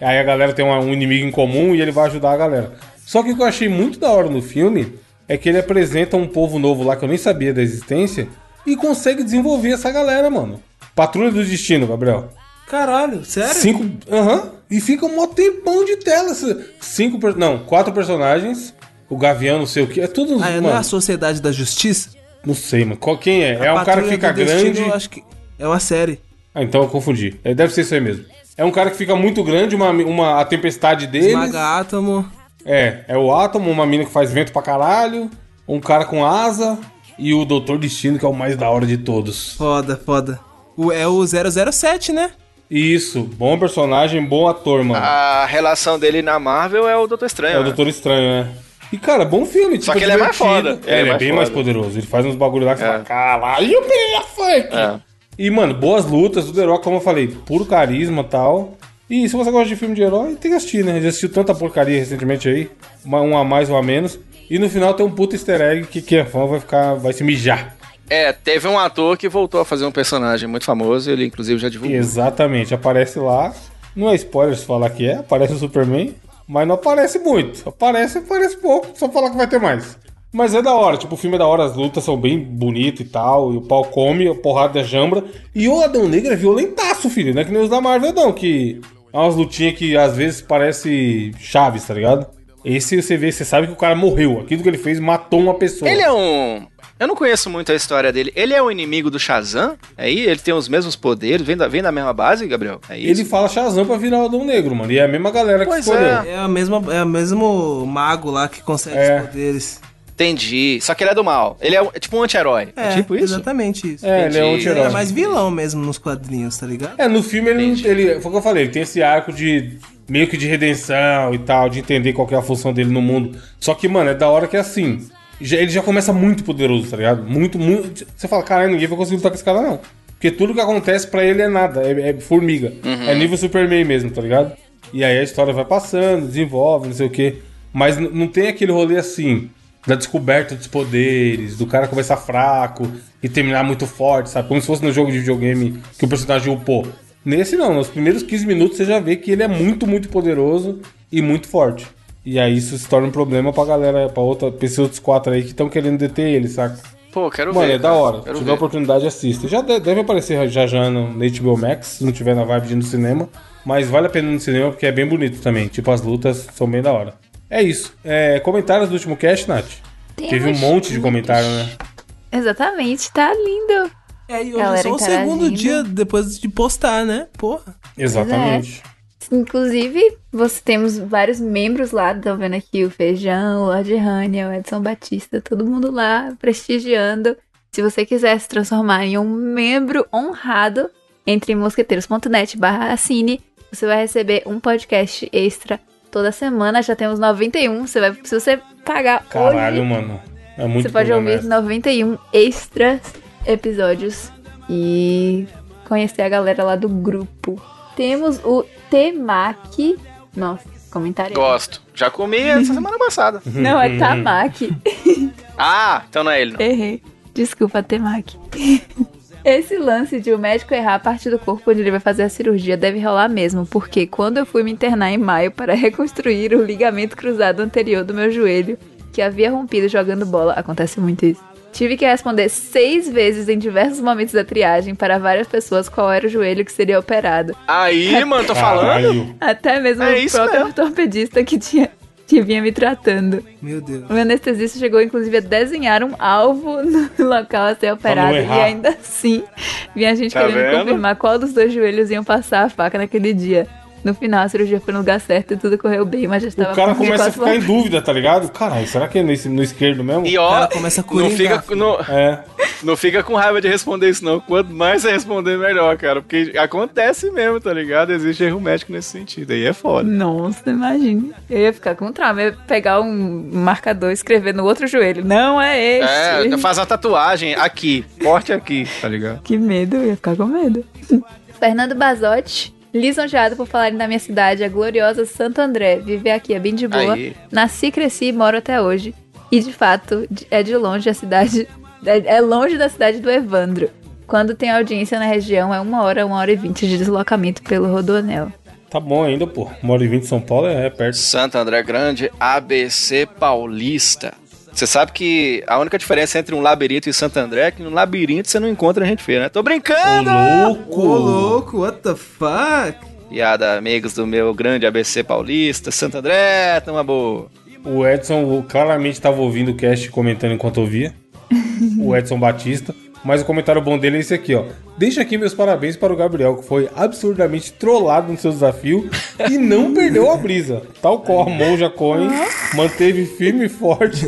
e aí a galera tem uma- um inimigo em comum e ele vai ajudar a galera. Só que o que eu achei muito da hora no filme é que ele apresenta um povo novo lá que eu nem sabia da existência e consegue desenvolver essa galera, mano. Patrulha do Destino, Gabriel.
Caralho, sério?
Cinco. Aham. E fica um mó tempão de tela. se- Cinco. per- Não, quatro personagens. O Gavião, não sei o que. É tudo.
Ah,
mano,
não é a Sociedade da Justiça?
Não sei, mano. Qual, quem é? é
A
um cara que
Patrulha
fica
do Destino,
grande.
eu acho que é uma série.
Ah, então eu confundi. É, deve ser isso aí mesmo. É um cara que fica muito grande, uma, uma, a tempestade dele.
Esmaga Átomo.
É, é o Átomo, uma mina que faz vento pra caralho. Um cara com asa. E o Doutor Destino, que é o mais da hora de todos.
Foda, foda. O, é o 007, né?
Isso, bom personagem, bom ator, mano.
A relação dele na Marvel é o Doutor Estranho.
É o
né?
Doutor Estranho, né? E, cara, bom filme. Tipo,
Só que ele é mais
divertido.
foda.
É, ele é,
Ele é mais
bem
foda.
mais poderoso. Ele faz uns bagulho lá que
É.
você fala, caralho, pera, funk.
É.
E, mano, boas lutas. O The Rock, como eu falei, puro carisma e tal. E se você gosta de filme de herói, tem que assistir, né? Já assistiu tanta porcaria recentemente aí. Uma, um a mais, um a menos. E no final tem um puto easter egg que quem é fã vai ficar, vai se mijar.
É, teve um ator que voltou a fazer um personagem muito famoso. Ele, inclusive, já divulgou.
Exatamente, aparece lá. Não é spoiler se falar que é, aparece o Superman, mas não aparece muito. Aparece, aparece pouco, só falar que vai ter mais. Mas é da hora, tipo, o filme é da hora, as lutas são bem bonitas e tal, e o pau come, a porrada é jambra. E o Adão Negro é violentaço, filho, não é que nem os da Marvel não, que é umas lutinhas que às vezes parece chaves, tá ligado? Esse você vê, você sabe que o cara morreu, aquilo que ele fez matou uma pessoa.
Ele é um. Eu não conheço muito a história dele. Ele é o inimigo do Shazam? É Aí ele tem os mesmos poderes, vem da, vem da mesma base, Gabriel? É isso?
Ele fala Shazam pra virar o Adão Negro, mano, e é a mesma galera que
Pois
escolheu.
é.
É o mesmo, é o mesmo mago lá que consegue
É.
os poderes.
Entendi. Só que ele é do mal. Ele é, um- é tipo um anti-herói. É, tipo isso?
Exatamente isso.
É, ele é um
Entendi.
Ele
anti-herói.
é mais vilão mesmo nos quadrinhos, tá ligado?
É, no filme ele, não- ele. Foi o que eu falei, ele tem esse arco de. meio que de redenção e tal, de entender qual que é a função dele no mundo. Só que, mano, é da hora que é assim. já- ele já começa muito poderoso, tá ligado? Muito, muito. Você fala, caralho, ninguém vai conseguir lutar com esse cara, não. Porque tudo que acontece pra ele é nada, é, é formiga. É nível Superman mesmo, tá ligado? E aí a história vai passando, desenvolve, não sei o quê. Mas n- não tem aquele rolê assim, da descoberta dos poderes, do cara começar fraco e terminar muito forte, sabe? Como se fosse no jogo de videogame que o personagem upou. Nesse não, nos primeiros 15 minutos você já vê que ele é muito, muito poderoso e muito forte. E aí isso se torna um problema pra galera, pra outra, pra esses outros quatro aí que estão querendo deter ele, saca?
Pô, quero
Mano,
ver.
é da hora.
Quero
Se tiver
ver.
oportunidade, assista. Já de- deve aparecer já já no na HBO Max, se não tiver na vibe de ir no cinema. Mas vale a pena ir no cinema porque é bem bonito também. Tipo, as lutas são bem da hora. É isso. É, comentários do último cast, Nath?
Temos
Teve um monte de comentário, né?
Exatamente, tá lindo.
É, e hoje é
Galera
só o segundo
interagindo.
dia depois de postar, né? Porra.
Exatamente.
Inclusive, você temos vários membros lá, estão vendo aqui o Feijão, o Lorde Rania, o Edson Batista, todo mundo lá prestigiando. Se você quiser se transformar em um membro honrado, entre em mosqueteiros.net barra assine. Você vai receber um podcast extra toda semana. Já temos 91. Você vai, se você pagar
Caralho,
hoje,
mano. É muito
você pode
programa,
ouvir
né?
91 extras episódios e conhecer a galera lá do grupo. Temos o Temaki. Nossa, comentário.
Gosto. Já comi essa semana passada.
Não, é Tamaki.
Ah, então não é ele, não.
Errei. Desculpa, Temaki. Esse lance de o médico errar a parte do corpo onde ele vai fazer a cirurgia deve rolar mesmo, porque quando eu fui me internar em maio para reconstruir o ligamento cruzado anterior do meu joelho, que havia rompido jogando bola, acontece muito isso. Tive que responder seis vezes em diversos momentos da triagem para várias pessoas qual era o joelho que seria operado.
Aí, mano,
Ah,
tô falando.
Caralho.
Até mesmo
É
o
isso
próprio
mesmo.
ortopedista que tinha que vinha me tratando.
Meu Deus.
O meu anestesista chegou, inclusive, a desenhar um alvo no local a ser operado. E
errar.
ainda assim, vinha a gente
Tá
querendo
vendo?
confirmar qual dos dois joelhos iam passar a faca naquele dia. No final, a cirurgia foi no lugar certo e tudo correu bem, mas já estava
O cara
a ponto de
começa a
quase
ficar em dúvida, tá ligado? Caralho, será que é nesse, no esquerdo mesmo?
E ó,
Ela começa a
não
coringar,
fica,
filho.
não,
É.
não fica com raiva de responder isso, não. Quanto mais você responder, melhor, cara. Porque acontece mesmo, tá ligado? Existe erro médico nesse sentido. Aí é foda.
Nossa, imagina. Eu ia ficar com trauma. Eu ia pegar um marcador e escrever no outro joelho. Não é este.
É, faz uma tatuagem aqui. Corte aqui, tá ligado?
Que medo, eu ia ficar com medo. Fernando Bazotti, lisonjeado por falarem da minha cidade, a gloriosa Santo André. Viver aqui é bem de boa.
Aí.
Nasci, cresci e moro até hoje. E de fato, de- é de longe a cidade. É é longe da cidade do Evandro. Quando tem audiência na região, é uma hora, uma hora e vinte de deslocamento pelo Rodoanel.
Tá bom ainda, pô. Uma hora e vinte de São Paulo é, é perto.
Santo André Grande, ABC Paulista. Você sabe que a única diferença entre um labirinto e Santo André é que no labirinto você não encontra gente feia, né? Tô brincando!
Louco!
Ô, louco, what the fuck?
Piada, amigos do meu grande ABC Paulista, Santo André, tamo boa.
O Edson claramente estava ouvindo o cast e comentando enquanto ouvia. o Edson Batista. Mas o comentário bom dele é esse aqui, ó. Deixa aqui meus parabéns para o Gabriel, que foi absurdamente trollado no seu desafio e não perdeu a brisa. Tal qual a Monja Cohen manteve firme e forte,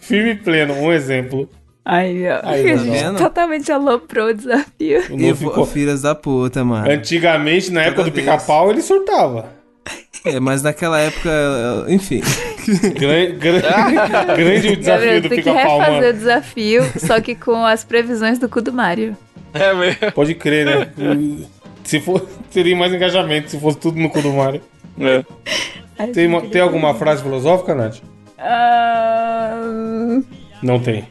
firme e pleno. Um exemplo.
Aí, ó.
Aí,
a
tá
gente
vendo?
totalmente aloprou o desafio.
O
E
Não
vo-
ficou...
filhas da puta, mano.
Antigamente, na época do
vez.
pica-pau, ele surtava.
É, mas naquela época, enfim.
Gran- gran- grande o desafio
Gabriel,
do
tem que
pica-pau,
refazer o
mano.
desafio, só que com as previsões do cu do Mario.
É mesmo?
Pode crer, né? E Se for, teria mais engajamento se fosse tudo no cu do Mario.
É.
Ai,
Tem, uma-
gente,
tem alguma frase filosófica, Nath?
Ahn,
Não tem.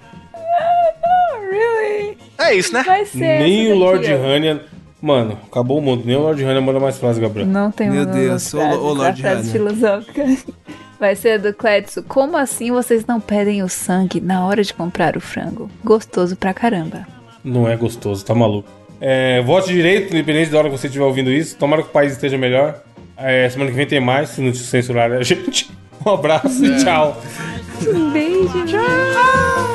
really?
É isso, né?
Vai ser.
Nem
essa
o Lord
daqui, ó.
Hania. Mano, acabou o mundo. Nem o Lord Hania manda mais frase, Gabriel.
Não tem
Meu
uma
Deus, ô,
frase,
ô, Lorde
pra frase filosófica. Vai ser do Cletson. Como assim vocês não pedem o sangue na hora de comprar o frango? Gostoso pra caramba.
Não é gostoso, tá maluco. É, vote direito, independente da hora que você estiver ouvindo isso. Tomara que o país esteja melhor. É, semana que vem tem mais, se não né, te censurarem a gente. Um abraço e tchau.
Um beijo. Tchau.
um um Oh,